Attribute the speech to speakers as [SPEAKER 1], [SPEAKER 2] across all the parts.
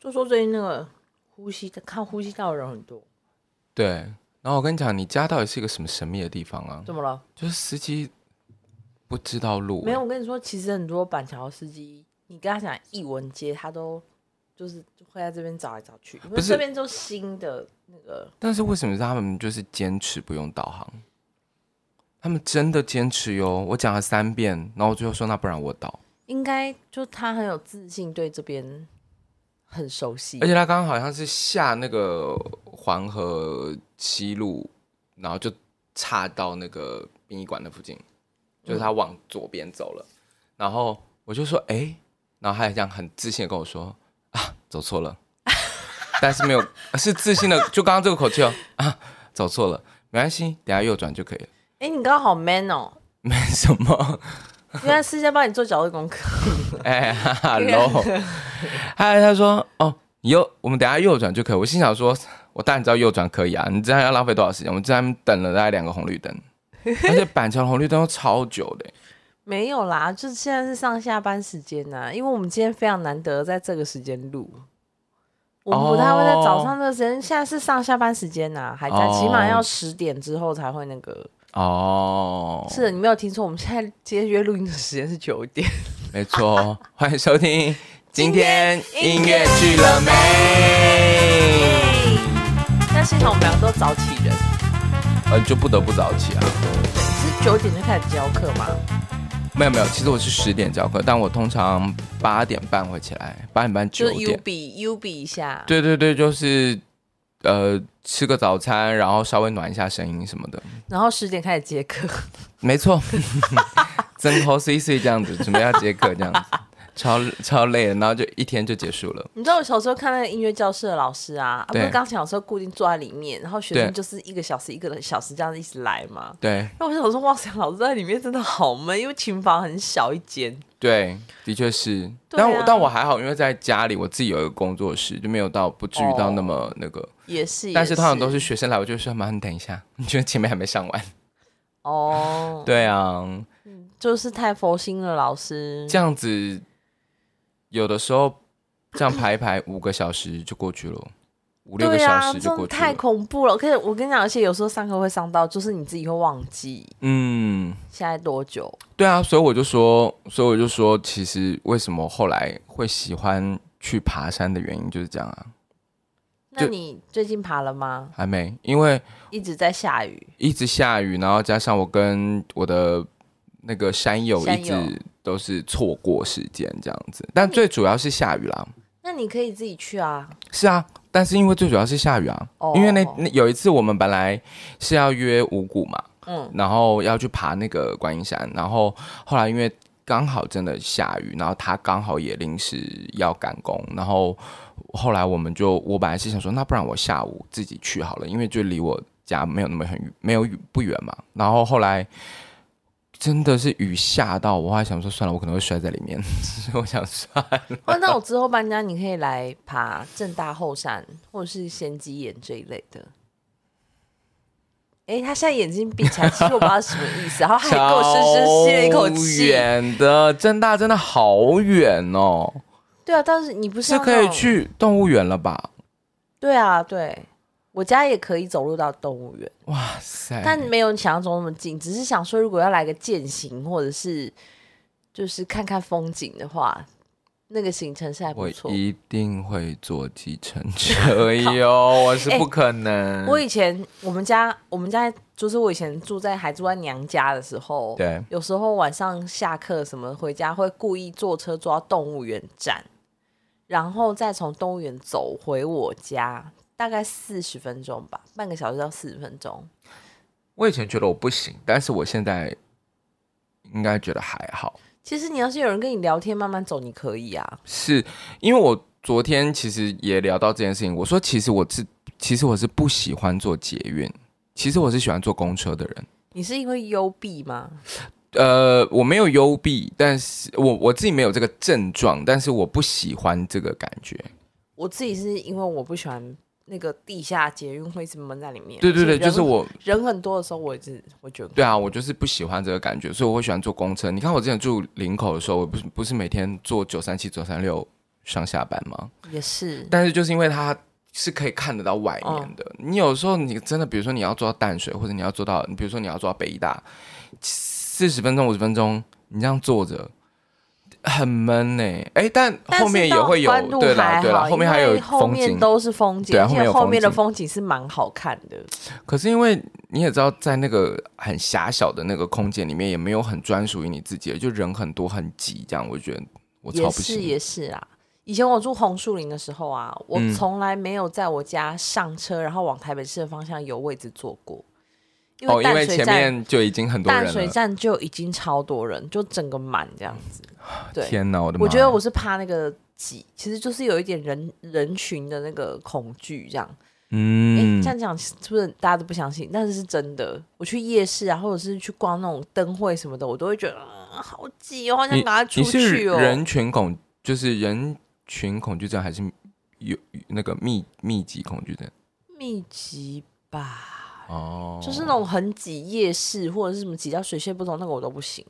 [SPEAKER 1] 就说最近那个呼吸的靠呼吸道的人很多，
[SPEAKER 2] 对，然后我跟你讲，你家到底是一个什么神秘的地方啊？
[SPEAKER 1] 怎么了？
[SPEAKER 2] 就是司机不知道路，欸
[SPEAKER 1] 没有，，我跟你说，其实很多板桥司机，你跟他讲艺文街，他都就是就会在这边找来找去，因为
[SPEAKER 2] 不是
[SPEAKER 1] 这边都新的那个，
[SPEAKER 2] 但是为什么他们就是坚持不用导航？他们真的坚持哟！我讲了三遍，然后我最后说那不然我导，
[SPEAKER 1] 应该就他很有自信，对这边很熟悉
[SPEAKER 2] 而。且他刚刚好像是下那个黄河西路，然后就岔到那个殡仪馆的附近，就是他往左边走了。然后我就说：“哎、然后他也这样很自信的跟我说：“啊，走错了。” 但是没有是自信的，就刚刚这个口气哦，啊，走错了，没关系，等下右转就可以了，
[SPEAKER 1] 哎、你刚好 man 哦，
[SPEAKER 2] 没什么。
[SPEAKER 1] 原来私下帮你做脚的功课。
[SPEAKER 2] 哎哈哈，low。嗨，他说哦，你右，我们等下右转就可以。我心想说，我当然知道右转可以啊，你这样要浪费多少时间？我们在那边等了大概两个红绿 灯，而且板桥的红绿灯都超久的、
[SPEAKER 1] 没有啦，就是现在是上下班时间呐、因为我们今天非常难得在这个时间录，我们不太会在早上这个时间，现在是上下班时间呐、还在、
[SPEAKER 2] 哦
[SPEAKER 1] 起码要十点之后才会那个。
[SPEAKER 2] 哦，
[SPEAKER 1] 是的，你没有听错，我们现在接约录音的时间是九点。
[SPEAKER 2] 没错，欢迎收听今天音乐剧了没？
[SPEAKER 1] 但幸好我们两个都早起人，
[SPEAKER 2] 呃，就不得不早起啊。
[SPEAKER 1] 对，是九点就开始教课嘛？
[SPEAKER 2] 没有没有，其实我是十点教课，但我通常八点半会起来，八点半
[SPEAKER 1] 就
[SPEAKER 2] 九
[SPEAKER 1] 是 U
[SPEAKER 2] 点。
[SPEAKER 1] 比 U 比一下。
[SPEAKER 2] 对对对，就是呃吃个早餐，然后稍微暖一下声音什么的。
[SPEAKER 1] 然后十点开始接课，
[SPEAKER 2] 没 错，真头 C C 这样子，准备要接客这样子， 超超累的，然后就一天就结束了。
[SPEAKER 1] 你知道我小时候看那个音乐教室的老师啊，啊不
[SPEAKER 2] 对
[SPEAKER 1] 是钢琴老师固定坐在里面，然后学
[SPEAKER 2] 对
[SPEAKER 1] 生就是一个小时一个小时这样子一直来嘛。
[SPEAKER 2] 对
[SPEAKER 1] 那我想说，哇塞，老师在里面真的好闷，因为琴房很小一间。
[SPEAKER 2] 对，的确是，
[SPEAKER 1] 对啊
[SPEAKER 2] 但我但我还好，因为在家里我自己有一个工作室，就没有到不至于到那么那个。
[SPEAKER 1] 也是，
[SPEAKER 2] 但是
[SPEAKER 1] 也
[SPEAKER 2] 通常都是学生来，我就说妈，你等一下，你觉得前面还没上完？
[SPEAKER 1] 哦，
[SPEAKER 2] 对啊，
[SPEAKER 1] 就是太佛心了，老师。
[SPEAKER 2] 这样子有的时候这样排一排，五个小时就过去了，五六个
[SPEAKER 1] 对
[SPEAKER 2] 小
[SPEAKER 1] 啊，
[SPEAKER 2] 时
[SPEAKER 1] 真
[SPEAKER 2] 就
[SPEAKER 1] 的
[SPEAKER 2] 过去
[SPEAKER 1] 太
[SPEAKER 2] 了。
[SPEAKER 1] 恐怖了！可是我跟你讲，而且有时候上课会上到，就是你自己会忘记
[SPEAKER 2] 嗯。
[SPEAKER 1] 现在多久。
[SPEAKER 2] 对啊，所以我就说，所以我就说，其实为什么后来会喜欢去爬山的原因就是这样啊，
[SPEAKER 1] 那你最近爬了吗？
[SPEAKER 2] 还没，因为
[SPEAKER 1] 一直在下雨，
[SPEAKER 2] 一直下雨，然后加上我跟我的那个山友
[SPEAKER 1] 山
[SPEAKER 2] 一
[SPEAKER 1] 友
[SPEAKER 2] 直都是错过时间这样子，但最主要是下雨啦，
[SPEAKER 1] 那你可以自己去啊。
[SPEAKER 2] 是啊，但是因为最主要是下雨啊，
[SPEAKER 1] 哦
[SPEAKER 2] 因为那那有一次我们本来是要约五谷嘛，
[SPEAKER 1] 嗯，
[SPEAKER 2] 然后要去爬那个观音山，然后后来因为刚好真的下雨，然后他刚好也临时要赶工，然后后来我们就我本来是想说，那不然我下午自己去好了，因为就离我家没有那么很远，没有雨不远嘛。然后后来真的是雨下到，我还想说算了，我可能会摔在里面，所以我想算了
[SPEAKER 1] 哦，那我之后搬家，你可以来爬正大后山或者是仙鸡眼这一类的。哎、他现在眼睛闭起来，其实我不知道什么意思， 然后还给我深深吸了一口
[SPEAKER 2] 超
[SPEAKER 1] 气。
[SPEAKER 2] 远的，真大真的好远哦，
[SPEAKER 1] 对啊，但是你不是
[SPEAKER 2] 是
[SPEAKER 1] 要
[SPEAKER 2] 可以
[SPEAKER 1] 那种？
[SPEAKER 2] 去动物园了吧？
[SPEAKER 1] 对啊，对，我家也可以走路到动物园，
[SPEAKER 2] 哇塞！
[SPEAKER 1] 但没有你想象中那么近，只是想说，如果要来个践行或者是就是看看风景的话，那个行程是还不
[SPEAKER 2] 我
[SPEAKER 1] 错。
[SPEAKER 2] 一定会坐计程车哟， 我是不可能。
[SPEAKER 1] 哎我以前我们家我们家就是我以前住在还住在娘家的时候，
[SPEAKER 2] 对
[SPEAKER 1] 有时候晚上下课什么回家会故意坐车坐到动物园站，然后再从动物园走回我家，大概四十分钟吧，半个小时到四十分钟。
[SPEAKER 2] 我以前觉得我不行，但是我现在应该觉得还好，
[SPEAKER 1] 其实你要是有人跟你聊天，慢慢走你可以啊。
[SPEAKER 2] 是因为我昨天其实也聊到这件事情，我说其实我是其实我是不喜欢坐捷运，其实我是喜欢坐公车的人。
[SPEAKER 1] 你是因为幽闭吗？
[SPEAKER 2] 呃，我没有幽闭，但是我我自己没有这个症状，但是我不喜欢这个感觉。
[SPEAKER 1] 我自己是因为我不喜欢那个地下捷运会一直闷在里面。
[SPEAKER 2] 对对对，
[SPEAKER 1] 而且人
[SPEAKER 2] 就是我
[SPEAKER 1] 人很多的时候，我也是会觉得
[SPEAKER 2] 对啊，我就是不喜欢这个感觉，所以我会喜欢坐公车。你看我之前住林口的时候，我不是不是每天坐九三七、九三六上下班吗？
[SPEAKER 1] 也是，
[SPEAKER 2] 但是就是因为它是可以看得到外面
[SPEAKER 1] 哦
[SPEAKER 2] 的，你有时候你真的，比如说你要做到淡水，或者你要做到，你比如说你要做到北医大，四十分钟、五十分钟，你这样坐着。很闷呢、哎、但
[SPEAKER 1] 但是
[SPEAKER 2] 后面也
[SPEAKER 1] 到
[SPEAKER 2] 会有
[SPEAKER 1] 关，渡
[SPEAKER 2] 对
[SPEAKER 1] 还
[SPEAKER 2] 啦，对啦，
[SPEAKER 1] 好
[SPEAKER 2] 后面还
[SPEAKER 1] 因
[SPEAKER 2] 有
[SPEAKER 1] 为后
[SPEAKER 2] 风
[SPEAKER 1] 面
[SPEAKER 2] 景，
[SPEAKER 1] 都是风景，
[SPEAKER 2] 对啊
[SPEAKER 1] 而
[SPEAKER 2] 后
[SPEAKER 1] 且
[SPEAKER 2] 面有
[SPEAKER 1] 后
[SPEAKER 2] 风
[SPEAKER 1] 面的
[SPEAKER 2] 景
[SPEAKER 1] 风景是蛮好看的。
[SPEAKER 2] 可是因为你也知道，在那个很狭小的那个空间里面，也没有很专属于你自己的，就人很多很挤，这样我觉得我超
[SPEAKER 1] 也
[SPEAKER 2] 不
[SPEAKER 1] 是
[SPEAKER 2] 行。
[SPEAKER 1] 也是啊，以前我住红树林的时候啊，我
[SPEAKER 2] 嗯
[SPEAKER 1] 从来没有在我家上车，然后往台北市的方向有位置坐过，因
[SPEAKER 2] 哦，
[SPEAKER 1] 为
[SPEAKER 2] 因
[SPEAKER 1] 淡
[SPEAKER 2] 为
[SPEAKER 1] 水
[SPEAKER 2] 前
[SPEAKER 1] 站、
[SPEAKER 2] 面就已经很多
[SPEAKER 1] 淡
[SPEAKER 2] 人
[SPEAKER 1] 水
[SPEAKER 2] 了。
[SPEAKER 1] 站就已经超多人，就整个满这样子。对，
[SPEAKER 2] 啊天哪，我的妈！
[SPEAKER 1] 我觉得我是怕那个挤，其实就是有一点人人群的那个恐惧这样。哎、
[SPEAKER 2] 嗯
[SPEAKER 1] 这，样讲是不是大家都不相信？但是是真的。我去夜市啊，或者是去逛那种灯会什么的，我都会觉得、啊好挤哦，好想
[SPEAKER 2] 你
[SPEAKER 1] 赶快出
[SPEAKER 2] 你是
[SPEAKER 1] 去哦。
[SPEAKER 2] 人群恐，就是人群恐惧症，还是有那个密密集恐惧症？
[SPEAKER 1] 密集吧，
[SPEAKER 2] 哦，
[SPEAKER 1] 就是那种很挤夜市或者是什么挤到水泄不通那个我都不行，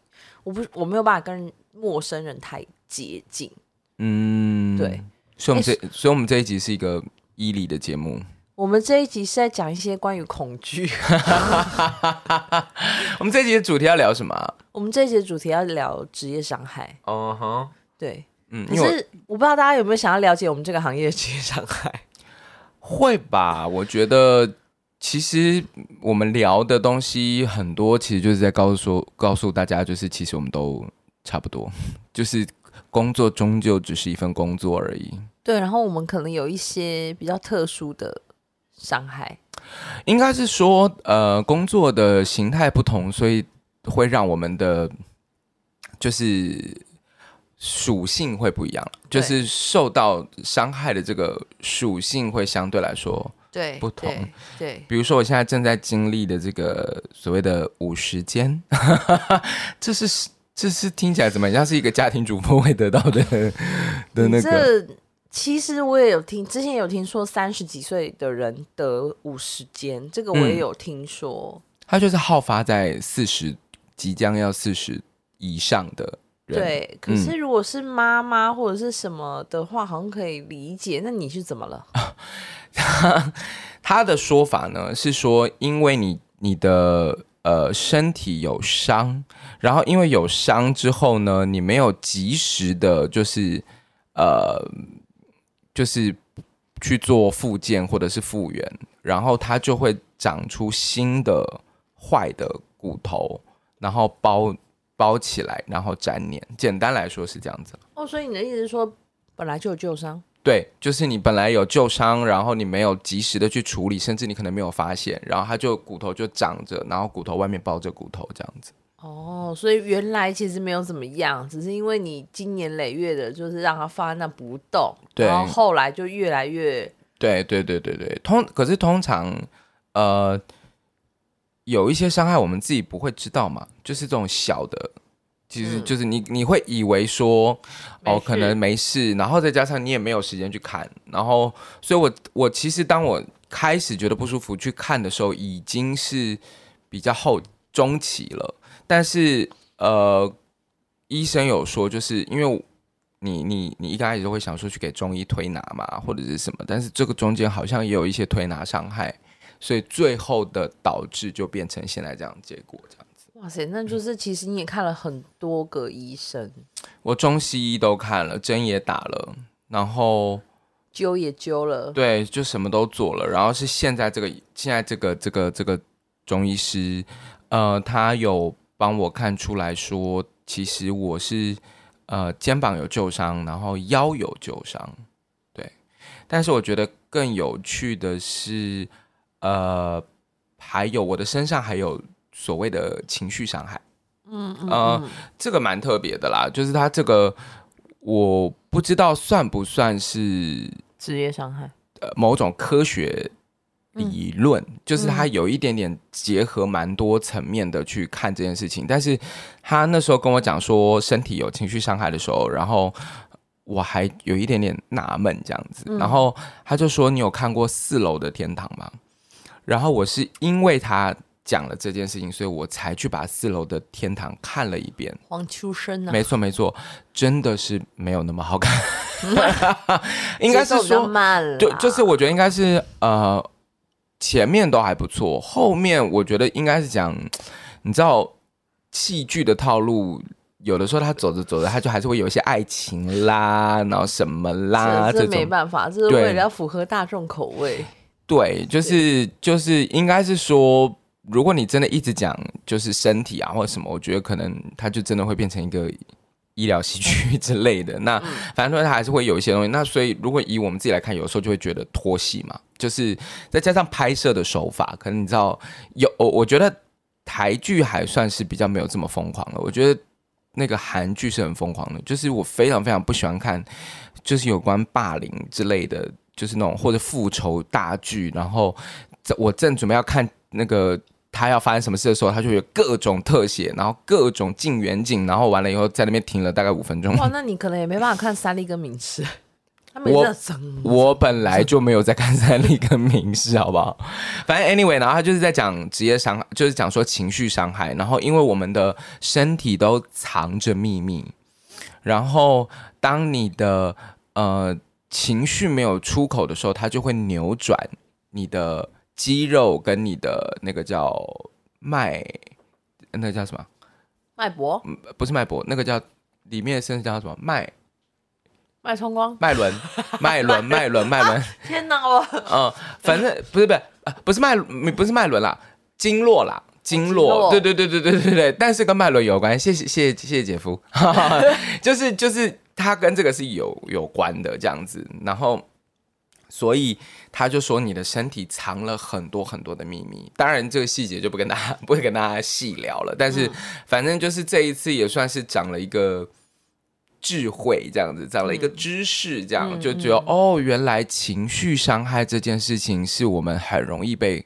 [SPEAKER 1] 我不我没有办法跟陌生人太接近。
[SPEAKER 2] 嗯，
[SPEAKER 1] 对。
[SPEAKER 2] 所以我们
[SPEAKER 1] 哎
[SPEAKER 2] 这，所以我们这一集是一个伊犁的节目。
[SPEAKER 1] 我们这一集是在讲一些关于恐惧，
[SPEAKER 2] 我们这一集的主题要聊什么啊？
[SPEAKER 1] 我们这一集的主题要聊职业伤害。
[SPEAKER 2] 哦哈，
[SPEAKER 1] 对，
[SPEAKER 2] 嗯，
[SPEAKER 1] 可
[SPEAKER 2] 因为我
[SPEAKER 1] 是我不知道大家有没有想要了解我们这个行业的职业伤害。
[SPEAKER 2] 会吧？我觉得其实我们聊的东西很多，其实就是在告诉说告诉大家，就是其实我们都差不多， 就是工作终究只是一份工作而已。
[SPEAKER 1] 对，然后我们可能有一些比较特殊的伤害，
[SPEAKER 2] 应该是说，呃，工作的形态不同，所以会让我们的就是属性会不一样，
[SPEAKER 1] 对
[SPEAKER 2] 就是受到伤害的这个属性会相对来说
[SPEAKER 1] 对，
[SPEAKER 2] 不同
[SPEAKER 1] 对对，
[SPEAKER 2] 比如说，我现在正在经历的这个所谓的五十肩， 这是这是听起来怎么样？像是一个家庭主妇会得到的的那
[SPEAKER 1] 你
[SPEAKER 2] 个
[SPEAKER 1] 这其实我也有听，之前有听说三十几岁的人得五十肩，这个我也
[SPEAKER 2] 嗯
[SPEAKER 1] 有听说。
[SPEAKER 2] 它就是好发在四十即将要四十以上的人。，嗯
[SPEAKER 1] 对，可是如果是妈妈或者是什么的话，好像可以理解。那你是怎么了？
[SPEAKER 2] 他的说法呢是说，因为你你的呃身体有伤，然后因为有伤之后呢，你没有及时的，就是呃，就是去做复健或者是复原，然后它就会长出新的坏的骨头，然后包包起来，然后粘黏。简单来说是这样子。
[SPEAKER 1] 哦，所以你的意思是说，本来就有旧伤，
[SPEAKER 2] 对，就是你本来有旧伤，然后你没有及时的去处理，甚至你可能没有发现，然后它就骨头就长着，然后骨头外面包着骨头这样子。
[SPEAKER 1] 哦，所以原来其实没有怎么样，只是因为你经年累月的，就是让它放在那不动，
[SPEAKER 2] 对
[SPEAKER 1] 然后后来就越来越
[SPEAKER 2] 对对对对对，通可是通常呃有一些伤害我们自己不会知道嘛，就是这种小的，其实
[SPEAKER 1] 嗯
[SPEAKER 2] 就是你你会以为说
[SPEAKER 1] 没
[SPEAKER 2] 哦
[SPEAKER 1] 事
[SPEAKER 2] 可能没事，然后再加上你也没有时间去看，然后所以我我其实当我开始觉得不舒服去看的时候，已经是比较后中期了，但是呃医生有说就是因为你你你一开始就会想说去给中医推拿嘛，或者是什么，但是这个中间好像也有一些推拿伤害，所以最后的导致就变成现在这样的结果这样子。
[SPEAKER 1] 哇塞，
[SPEAKER 2] 嗯
[SPEAKER 1] 那就是其实你也看了很多个医生，
[SPEAKER 2] 我中西医都看了，针也打了，然后
[SPEAKER 1] 揪也揪 了，
[SPEAKER 2] 对，就什么都做了，然后是现在这个现在这个这个这个中医师，呃，他有帮我看出来说，其实我是呃肩膀有旧伤，然后腰有旧伤，对。但是我觉得更有趣的是，呃，还有我的身上还有所谓的情绪伤害。
[SPEAKER 1] 嗯嗯
[SPEAKER 2] 呃
[SPEAKER 1] 嗯
[SPEAKER 2] 这个蛮特别的啦，就是他这个我不知道算不算是
[SPEAKER 1] 职业伤害，
[SPEAKER 2] 呃某种科学理论，嗯就是他有一点点结合蛮多层面的去看这件事情。但是他那时候跟我讲说身体有情绪伤害的时候，然后我还有一点点纳闷这样子。
[SPEAKER 1] 嗯
[SPEAKER 2] 然后他就说：“你有看过四楼的天堂吗？”然后我是因为他讲了这件事情，所以我才去把四楼的天堂看了一遍。
[SPEAKER 1] 黄秋生呢、啊？
[SPEAKER 2] 没错没错，真的是没有那么好看， 应该是
[SPEAKER 1] 节奏比较
[SPEAKER 2] 说
[SPEAKER 1] 慢了，
[SPEAKER 2] 就就是我觉得应该是
[SPEAKER 1] 啊
[SPEAKER 2] 呃，前面都还不错，后面我觉得应该是讲，你知道戏剧的套路，有的时候他走着走着，他就还是会有一些爱情啦，然后什么啦
[SPEAKER 1] 这
[SPEAKER 2] 啊这
[SPEAKER 1] 这没
[SPEAKER 2] 种，
[SPEAKER 1] 办法，这是
[SPEAKER 2] 对
[SPEAKER 1] 为了要符合大众口味。
[SPEAKER 2] 对，就是就是应该是说。如果你真的一直讲就是身体啊或者什么，我觉得可能他就真的会变成一个医疗喜剧之类的。那反正他还是会有一些东西。那所以如果以我们自己来看，有时候就会觉得拖戏嘛，就是再加上拍摄的手法，可能你知道有我我觉得台剧还算是比较没有这么疯狂了。我觉得那个韩剧是很疯狂的，就是我非常非常不喜欢看，就是有关霸凌之类的，就是那种或者复仇大剧，然后在我正准备要看那个。他要发生什么事的时候，他就有各种特写，然后各种近远景，然后完了以后在那边停了大概五分钟。
[SPEAKER 1] 哇，那你可能也没办法看三立跟明视，他们
[SPEAKER 2] 我
[SPEAKER 1] 在整
[SPEAKER 2] 我本来就没有在看三立跟明视，好不好？反正 anyway，然后他就是在讲职业伤害，就是讲说情绪伤害。然后因为我们的身体都藏着秘密，然后当你的呃情绪没有出口的时候，它就会扭转你的呃肌肉跟你的那个叫脉，呃那个叫什么？
[SPEAKER 1] 脉搏、
[SPEAKER 2] 不是脉搏，那个叫里面的身体叫什么？脉
[SPEAKER 1] 脉冲光。
[SPEAKER 2] 脉轮，脉轮，脉轮，脉轮。
[SPEAKER 1] 天哪，我
[SPEAKER 2] 嗯，反正不是不是、啊不是脉不是脉轮啦，经络啦。经
[SPEAKER 1] 哦
[SPEAKER 2] 络，对
[SPEAKER 1] 经
[SPEAKER 2] 对对对对对对，但是跟脉轮有关，谢谢谢谢谢谢姐夫， 哈哈就是就是他跟这个是有有关的这样子，然后所以他就说你的身体藏了很多很多的秘密，当然这个细节就不跟大家不会跟大家细聊了，但
[SPEAKER 1] 嗯
[SPEAKER 2] 是反正就是这一次也算是长了一个智慧，这样子长了一个知识，这样、
[SPEAKER 1] 嗯
[SPEAKER 2] 就觉得哦，原来情绪伤害这件事情是我们很容易被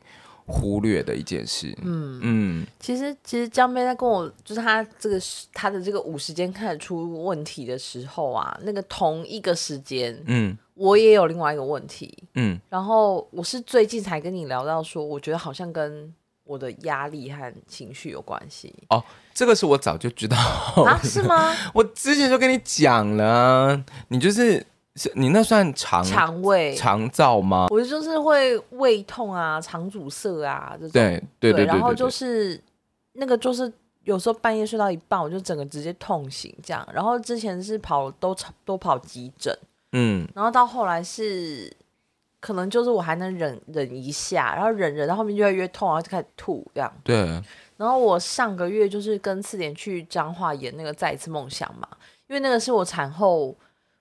[SPEAKER 2] 忽略的一件事，嗯嗯，
[SPEAKER 1] 其实其实江妹在跟我，就是她这个时她的这个五时间开始出问题的时候啊，那个同一个时间，
[SPEAKER 2] 嗯
[SPEAKER 1] 我也有另外一个问题。
[SPEAKER 2] 嗯
[SPEAKER 1] 然后我是最近才跟你聊到说，我觉得好像跟我的压力和情绪有关 系
[SPEAKER 2] 哦，这个是我早就知道，
[SPEAKER 1] 啊？是吗？
[SPEAKER 2] 我之前就跟你讲了啊，你就是是你那算 肠
[SPEAKER 1] 肠胃，
[SPEAKER 2] 肠燥吗？
[SPEAKER 1] 我就是会胃痛啊，肠阻塞啊这种。
[SPEAKER 2] 对对对对对，
[SPEAKER 1] 然后就
[SPEAKER 2] 对
[SPEAKER 1] 是那个就是有时候半夜睡到一半，我就整个直接痛醒这样。然后之前是跑都超都跑急诊，
[SPEAKER 2] 嗯
[SPEAKER 1] 然后到后来是可能就是我还能忍忍一下，然后忍忍到后面越来越痛，然后就开始吐这样。
[SPEAKER 2] 对，
[SPEAKER 1] 然后我上个月就是跟次点去彰化演那个《再一次梦想》嘛，因为那个是我产后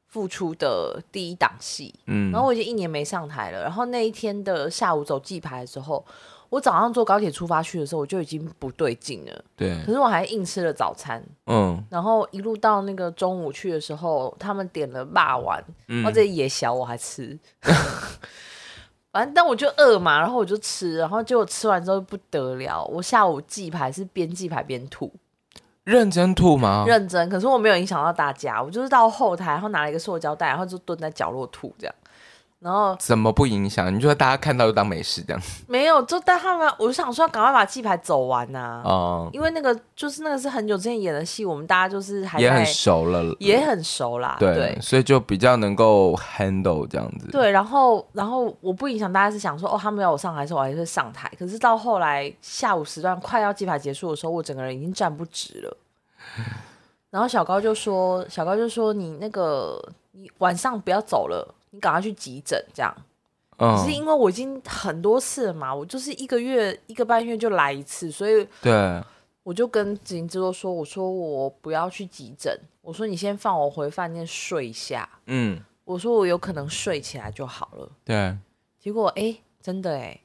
[SPEAKER 1] 复出的第一档戏，
[SPEAKER 2] 嗯，
[SPEAKER 1] 然后我已经一年没上台了。然后那一天的下午走记牌的时候，我早上坐高铁出发去的时候，我就已经不对劲了。
[SPEAKER 2] 对
[SPEAKER 1] 可，是我还硬吃了早餐，
[SPEAKER 2] 嗯
[SPEAKER 1] 然后一路到那个中午去的时候，他们点了霸丸，
[SPEAKER 2] 嗯，
[SPEAKER 1] 然哦后这野小我还吃。 反正但我就饿嘛，然后我就吃，然后结果吃完之后不得了，我下午记牌是边记牌边吐，
[SPEAKER 2] 认真吐吗？
[SPEAKER 1] 认真，可是我没有影响到大家，我就是到后台，然后拿了一个塑胶袋，然后就蹲在角落吐这样，然后
[SPEAKER 2] 怎么不影响？你就说大家看到就当没事这样
[SPEAKER 1] 没有，就带他们，我就想说要赶快把记牌走完呐、
[SPEAKER 2] 哦，
[SPEAKER 1] 因为那个就是那个是很久之前演的戏，我们大家就是还在
[SPEAKER 2] 也很熟了，
[SPEAKER 1] 也很熟啦，
[SPEAKER 2] 对，
[SPEAKER 1] 对
[SPEAKER 2] 所以就比较能够 handle 这样子。
[SPEAKER 1] 对然后然后我不影响大家是想说哦，他们要我上台的时候我还是会上台，可是到后来下午时段快要记牌结束的时候，我整个人已经站不直了。然后小高就说，小高就说你那个你晚上不要走了，你赶快去急诊这样。只是
[SPEAKER 2] 嗯，
[SPEAKER 1] 因为我已经很多次了嘛，我就是一个月一个半月就来一次，所以
[SPEAKER 2] 对，
[SPEAKER 1] 我就跟执行制作说，我说我不要去急诊，我说你先放我回饭店睡一下，
[SPEAKER 2] 嗯，
[SPEAKER 1] 我说我有可能睡起来就好了。
[SPEAKER 2] 对，
[SPEAKER 1] 结果哎、诶真的哎、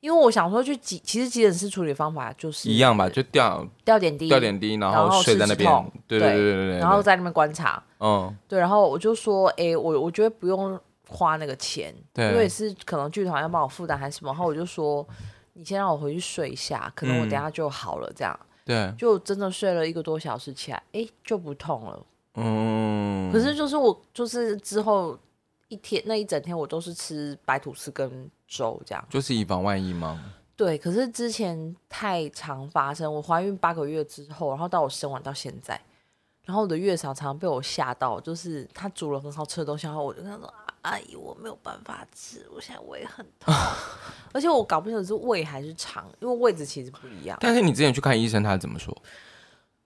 [SPEAKER 1] 因为我想说去急，其实急诊室处理方法就是
[SPEAKER 2] 一样吧，就掉
[SPEAKER 1] 吊点滴，
[SPEAKER 2] 掉点滴，然
[SPEAKER 1] 然后
[SPEAKER 2] 后睡在那边
[SPEAKER 1] 吃止痛，
[SPEAKER 2] 对
[SPEAKER 1] 对
[SPEAKER 2] 对对对对，
[SPEAKER 1] 然后在那边观察。
[SPEAKER 2] 嗯，
[SPEAKER 1] 对，然后我就说，哎、我我觉得不用花那个钱，
[SPEAKER 2] 对
[SPEAKER 1] 因为是可能剧团要帮我负担还是什么，然后我就说，你先让我回去睡一下，可能我等
[SPEAKER 2] 嗯
[SPEAKER 1] 一下就好了，这样、
[SPEAKER 2] 对，
[SPEAKER 1] 就真的睡了一个多小时起来，哎、就不痛了。
[SPEAKER 2] 嗯，
[SPEAKER 1] 可是就是我就是之后一天那一整天我都是吃白吐司跟粥这样，
[SPEAKER 2] 就是以防万一嘛，
[SPEAKER 1] 对，可是之前太常发生，我怀孕八个月之后，然后到我生完到现在，然后我的月嫂常常被我吓到，就是她煮了很好吃的东西，然后我就跟她说：“啊阿姨，我没有办法吃，我现在胃很 痛，而且我搞不清楚是胃还是肠，因为位置其实不一样。”
[SPEAKER 2] 但是你之前去看医生，他怎么说？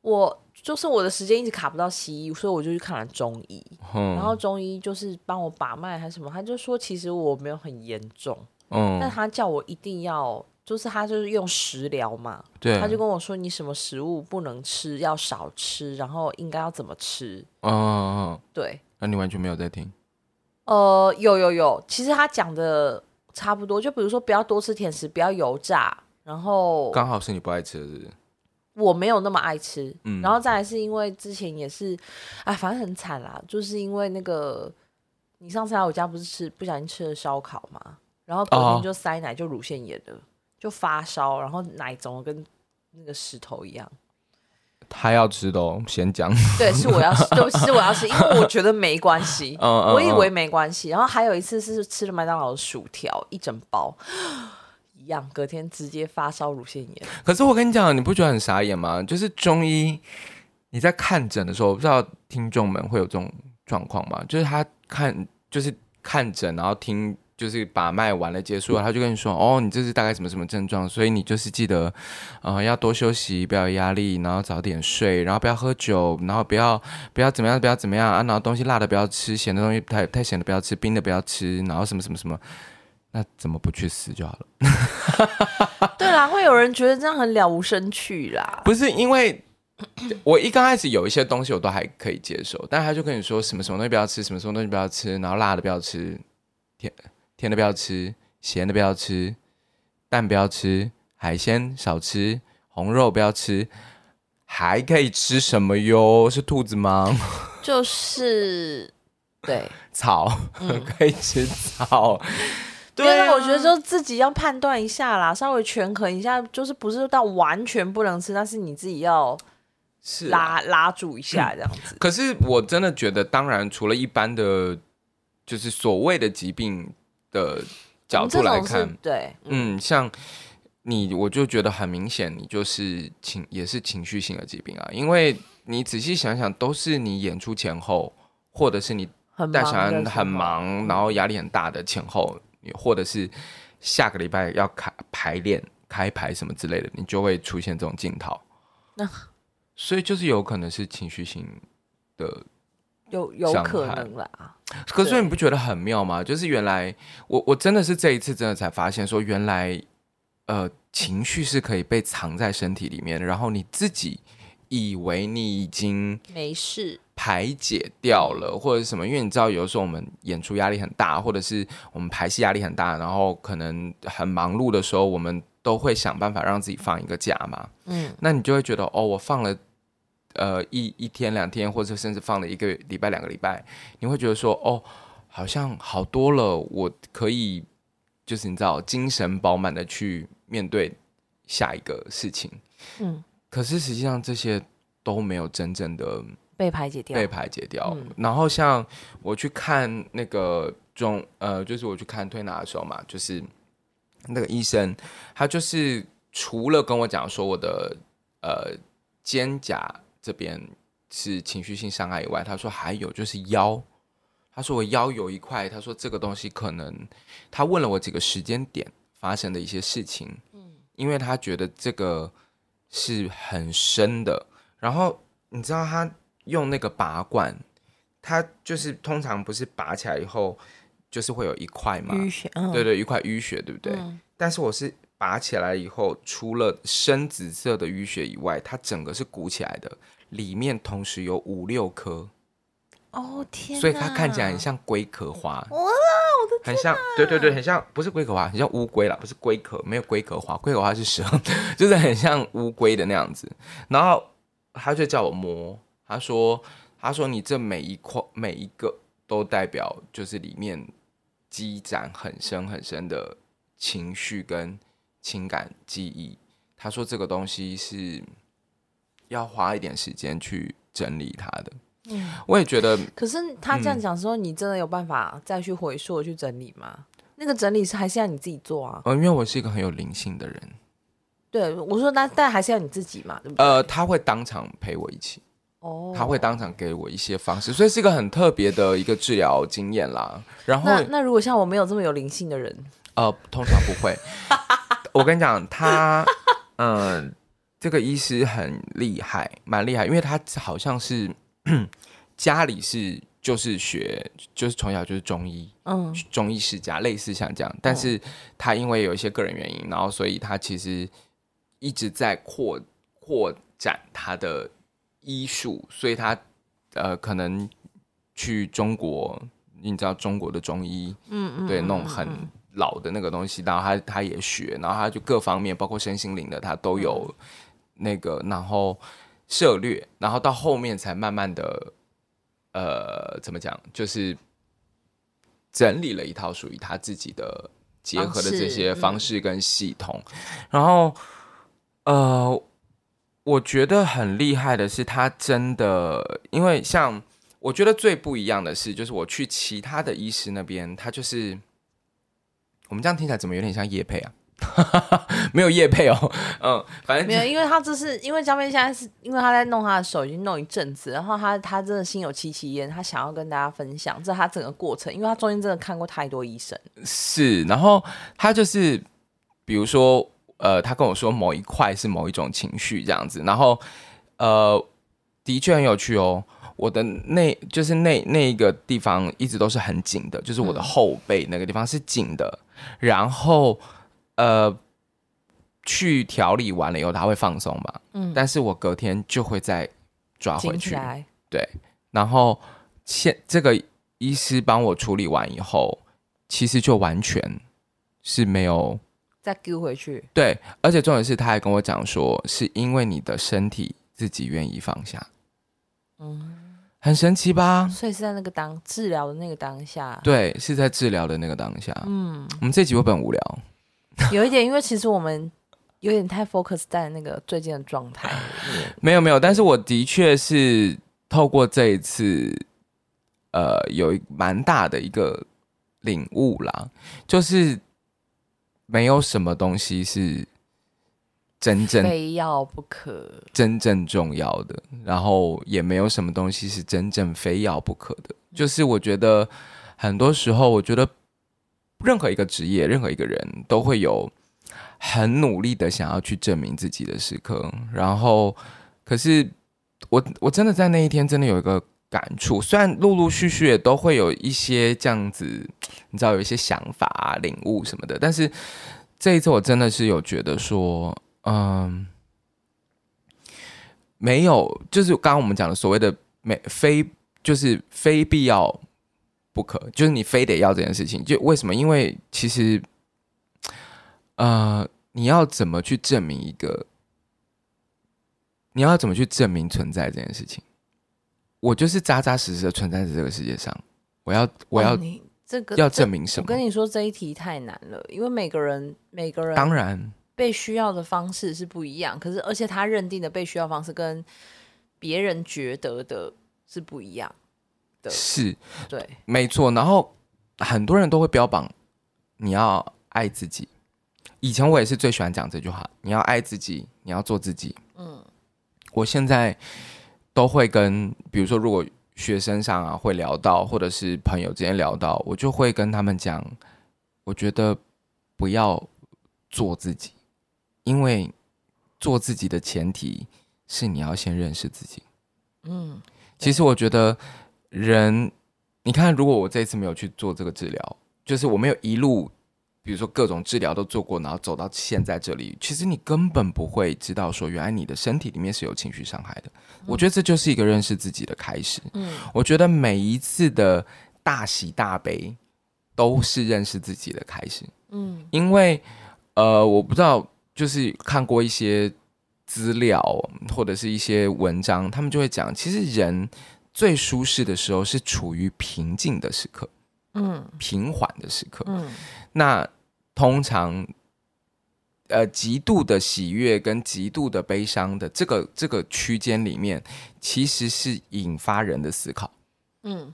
[SPEAKER 1] 我就是我的时间一直卡不到西医，所以我就去看了中医，
[SPEAKER 2] 嗯，
[SPEAKER 1] 然后中医就是帮我把脉还是什么，他就说其实我没有很严重，但
[SPEAKER 2] 嗯，
[SPEAKER 1] 他叫我一定要，就是他就是用食疗嘛，
[SPEAKER 2] 对，
[SPEAKER 1] 他就跟我说你什么食物不能吃，要少吃，然后应该要怎么吃。
[SPEAKER 2] 嗯嗯嗯，
[SPEAKER 1] 对，
[SPEAKER 2] 那你完全没有在听，
[SPEAKER 1] 呃，有有有，其实他讲的差不多，就比如说不要多吃甜食，不要油炸，然后
[SPEAKER 2] 刚好是你不爱吃的是不是，
[SPEAKER 1] 我没有那么爱吃，
[SPEAKER 2] 嗯
[SPEAKER 1] 然后再来是因为之前也是，哎，反正很惨啦，就是因为那个你上次来我家不是吃不小心吃了烧烤嘛，然后隔
[SPEAKER 2] 哦
[SPEAKER 1] 天就塞奶就乳腺炎了，就发烧，然后奶肿的跟那个石头一样。
[SPEAKER 2] 他要吃的哦，先讲，，
[SPEAKER 1] 对，是我要吃，对不起，是我要吃，因为我觉得没关系
[SPEAKER 2] 嗯嗯，
[SPEAKER 1] 我以
[SPEAKER 2] 嗯
[SPEAKER 1] 为没关系。然后还有一次是吃了麦当劳的薯条一整包，一样，隔天直接发烧乳腺炎。
[SPEAKER 2] 可是我跟你讲，你不觉得很傻眼吗？就是中医，你在看诊的时候，我不知道听众们会有这种状况吗？就是他看，就是看诊，然后听，就是把脉完了结束
[SPEAKER 1] 嗯
[SPEAKER 2] 了，他就跟你说，哦，你这是大概什么什么症状，所以你就是记得，呃，要多休息，不要有压力，然后早点睡，然后不要喝酒，然后不要不要怎么样，不要怎么样啊，然后东西辣的不要吃，咸的东西太太咸的不要吃，冰的不要吃，然后什么什么什么，那怎么不去死就好了？
[SPEAKER 1] 对啦，会有人觉得这样很了无生趣啦。
[SPEAKER 2] 不是因为 我一刚开始有一些东西我都还可以接受，但他就跟你说什么什么东西不要吃，什么什么东西不要吃，然后辣的不要吃，甜甜的不要吃，咸的不要吃，蛋不要吃，海鲜少吃，红肉不要吃。还可以吃什么哟？是兔子吗？
[SPEAKER 1] 就是对，
[SPEAKER 2] 草、 可以吃草，
[SPEAKER 1] 对
[SPEAKER 2] 对
[SPEAKER 1] 啊，
[SPEAKER 2] 啊
[SPEAKER 1] 我觉得就自己要判断一下啦，稍微权衡一下，就是不是到完全不能吃，但是你自己要
[SPEAKER 2] 是啊嗯
[SPEAKER 1] 拉拉住一下这样子。
[SPEAKER 2] 可是我真的觉得，当然除了一般的，就是所谓的疾病的角
[SPEAKER 1] 我们这
[SPEAKER 2] 度来
[SPEAKER 1] 种
[SPEAKER 2] 看，
[SPEAKER 1] 是对，
[SPEAKER 2] 嗯，像你，我就觉得很明显，你就是情也是情绪性的疾病啊，因为你仔细想想，都是你演出前后，或者是你
[SPEAKER 1] 很
[SPEAKER 2] 带
[SPEAKER 1] 忙
[SPEAKER 2] 小
[SPEAKER 1] 的
[SPEAKER 2] 孩
[SPEAKER 1] 时候嗯
[SPEAKER 2] 很，忙，然后压力很大的前后，或者是下个礼拜要开排练、开排什么之类的，你就会出现这种镜头。
[SPEAKER 1] 那
[SPEAKER 2] 所以就是有可能是情绪性的
[SPEAKER 1] 有有
[SPEAKER 2] 伤
[SPEAKER 1] 可
[SPEAKER 2] 害
[SPEAKER 1] 能啦。
[SPEAKER 2] 可是
[SPEAKER 1] 对
[SPEAKER 2] 你不觉得很妙吗？就是原来我我真的是这一次真的才发现，说原来呃情绪是可以被藏在身体里面的，然后你自己以为你已经
[SPEAKER 1] 没事，
[SPEAKER 2] 排解掉了或者是什么，因为你知道有时候我们演出压力很大，或者是我们排戏压力很大，然后可能很忙碌的时候，我们都会想办法让自己放一个假嘛。
[SPEAKER 1] 嗯，
[SPEAKER 2] 那你就会觉得哦，我放了呃一一天两天，或者甚至放了一个礼拜两个礼拜，你会觉得说哦，好像好多了，我可以就是你知道精神饱满的去面对下一个事情。
[SPEAKER 1] 嗯，
[SPEAKER 2] 可是实际上这些都没有真正的
[SPEAKER 1] 被排解掉，
[SPEAKER 2] 被排解掉。
[SPEAKER 1] 嗯
[SPEAKER 2] 然后像我去看那个中呃，就是我去看推拿的时候嘛，就是那个医生，他就是除了跟我讲说我的呃肩胛这边是情绪性伤害以外，他说还有就是腰。他说我腰有一块，他说这个东西可能，他问了我几个时间点发生的一些事情，因为他觉得这个是很深的。然后你知道他用那个拔罐，他就是通常不是拔起来以后就是会有一块嘛，
[SPEAKER 1] 淤血，嗯，
[SPEAKER 2] 对对，一块淤血，对不对？
[SPEAKER 1] 嗯
[SPEAKER 2] 但是我是拔起来以后，除了深紫色的淤血以外，它整个是鼓起来的，里面同时有五六颗，
[SPEAKER 1] 哦天，
[SPEAKER 2] 所以它看起来很。像龟壳花。
[SPEAKER 1] 哇，我的
[SPEAKER 2] 很像，对对对，很像，不是龟壳花，很像乌龟啦，不是龟壳，没有龟壳花，龟壳花是蛇， 就是很像乌龟的那样子。然后他就叫我摸，他说，他说你这每一块每一个都代表就是里面积攒很深很深的情绪跟情感记忆。他说这个东西是要花一点时间去整理它的。
[SPEAKER 1] 嗯
[SPEAKER 2] 我也觉得
[SPEAKER 1] 可是他这样讲之后，你真的有办法再去回溯去整理吗？那个整理是还是要你自己做啊。
[SPEAKER 2] 呃，因为我是一个很有灵性的人，
[SPEAKER 1] 对，我说那但还是要你自己嘛，对不对？
[SPEAKER 2] 呃，他会当场陪我一起，
[SPEAKER 1] 哦，
[SPEAKER 2] 他会。当场给我一些方式，所以是一个很特别的一个治疗经验啦。然后
[SPEAKER 1] 那那如果像我没有这么有灵性的人，
[SPEAKER 2] 呃，通常不 会。我跟你讲，他嗯、呃这个医师很厉害，蛮厉害，因为他好像是 家里是就是学就是从小就是中医，
[SPEAKER 1] 嗯，
[SPEAKER 2] 中医世家，类似像这样，但是他因为有一些个人原因，然后所以他其实一直在扩扩展他的医术，所以他呃可能去中国，你知道中国的中医，
[SPEAKER 1] 嗯嗯，
[SPEAKER 2] 对，
[SPEAKER 1] 嗯
[SPEAKER 2] 那种很老的那个东西，然后他他也学，然后他就各方面，包括身心灵的，他都有
[SPEAKER 1] 嗯
[SPEAKER 2] 那个，然后涉略，然后到后面才慢慢的，呃，怎么讲，就是整理了一套属于他自己的结合的这些
[SPEAKER 1] 方式
[SPEAKER 2] 方式跟系统，然后呃，我觉得很厉害的是，他真的，因为像我觉得最不一样的是，就是我去其他的医师那边，他就是我们这样听起来怎么有点像叶配啊？ 没有叶配哦，嗯，反
[SPEAKER 1] 没
[SPEAKER 2] 正
[SPEAKER 1] 有，因为他这是因为江边现在是因为他在弄他的手，已经弄一阵子，然后他他真的心有戚戚焉，他想要跟大家分享这是他整个过程，因为他中间真的看过太多医生，
[SPEAKER 2] 是，然后他就是比如说，呃，他跟我说某一块是某一种情绪这样子，然后呃，的确很有趣哦。我的那就是那那个地方一直都是很紧的，就是我
[SPEAKER 1] 嗯
[SPEAKER 2] 的后背那个地方是紧的，然后呃，去调理完了以后，它会放松嘛，
[SPEAKER 1] 嗯，
[SPEAKER 2] 但是我隔天就会再抓啊回
[SPEAKER 1] 紧起
[SPEAKER 2] 去，
[SPEAKER 1] 来，
[SPEAKER 2] 然后现这个医师帮我处理完以后，其实就完全是没有
[SPEAKER 1] 再丢回去，
[SPEAKER 2] 对，而且重点是他还跟我讲说，是因为你的身体自己愿意放下，
[SPEAKER 1] 嗯，
[SPEAKER 2] 很神奇吧？
[SPEAKER 1] 所以是在那个当治疗的那个当下，
[SPEAKER 2] 对，啊是在治疗的那个当下。
[SPEAKER 1] 嗯，
[SPEAKER 2] 我们这集会不会很无聊？
[SPEAKER 1] 有一点，因为其实我们有点太 focus 在那个最近的状态里面，
[SPEAKER 2] 没有没有，但是我的确是透过这一次，呃，有一蛮大的一个领悟啦，就是没有什么东西是真正
[SPEAKER 1] 非要不可，
[SPEAKER 2] 真正重要的，然后也没有什么东西是真正非要不可的。就是我觉得很多时候，我觉得任何一个职业，任何一个人都会有很努力的想要去证明自己的时刻。然后，可是我我真的在那一天真的有一个感触，虽然陆陆续续也都会有一些这样子，你知道有一些想法、啊、领悟什么的，但是这一次我真的是有觉得说，嗯。没有，就是刚刚我们讲的所谓的没非，就是非必要不可，就是你非得要这件事情。就为什么？因为其实，呃，你要怎么去证明一个？你要怎么去证明存在这件事情？我就是扎扎实实的存在在这个世界上。我要，我要、
[SPEAKER 1] 哦你这个
[SPEAKER 2] 要
[SPEAKER 1] 这
[SPEAKER 2] 证明什
[SPEAKER 1] 我跟
[SPEAKER 2] 么？
[SPEAKER 1] 你说这一题太难了，因为每个人每个人
[SPEAKER 2] 当然，
[SPEAKER 1] 被需要的方式是不一样，可是而且他认定的被需要方式跟别人觉得的是不一样，的
[SPEAKER 2] 是
[SPEAKER 1] 对，
[SPEAKER 2] 没错，然后很多人都会标榜你要爱自己。以前我也是最喜欢讲这句话：你要爱自己，你要做自己。
[SPEAKER 1] 嗯，
[SPEAKER 2] 我现在都会跟，比如说，如果学生上啊会聊到，或者是朋友之间聊到，我就会跟他们讲，我觉得不要做自己，因为做自己的前提是你要先认识自己。
[SPEAKER 1] 嗯，
[SPEAKER 2] 其实我觉得人，你看，如果我这次没有去做这个治疗，就是我没有一路，比如说各种治疗都做过，然后走到现在这里，其实你根本不会知道说，原来你的身体里面是有情绪伤害的。我觉得这就是一个认识自己的开始。
[SPEAKER 1] 嗯，
[SPEAKER 2] 我觉得每一次的大喜大悲，都是认识自己的开始。
[SPEAKER 1] 嗯
[SPEAKER 2] 因为呃，我不知道，就是看过一些资料或者是一些文章，他们就会讲，其实人最舒适的时候是处于平静的时刻、
[SPEAKER 1] 嗯
[SPEAKER 2] 平缓的时刻。
[SPEAKER 1] 嗯
[SPEAKER 2] 那通常，呃，极度的喜悦跟极度的悲伤的这个这个区间里面，其实是引发人的思考。
[SPEAKER 1] 嗯，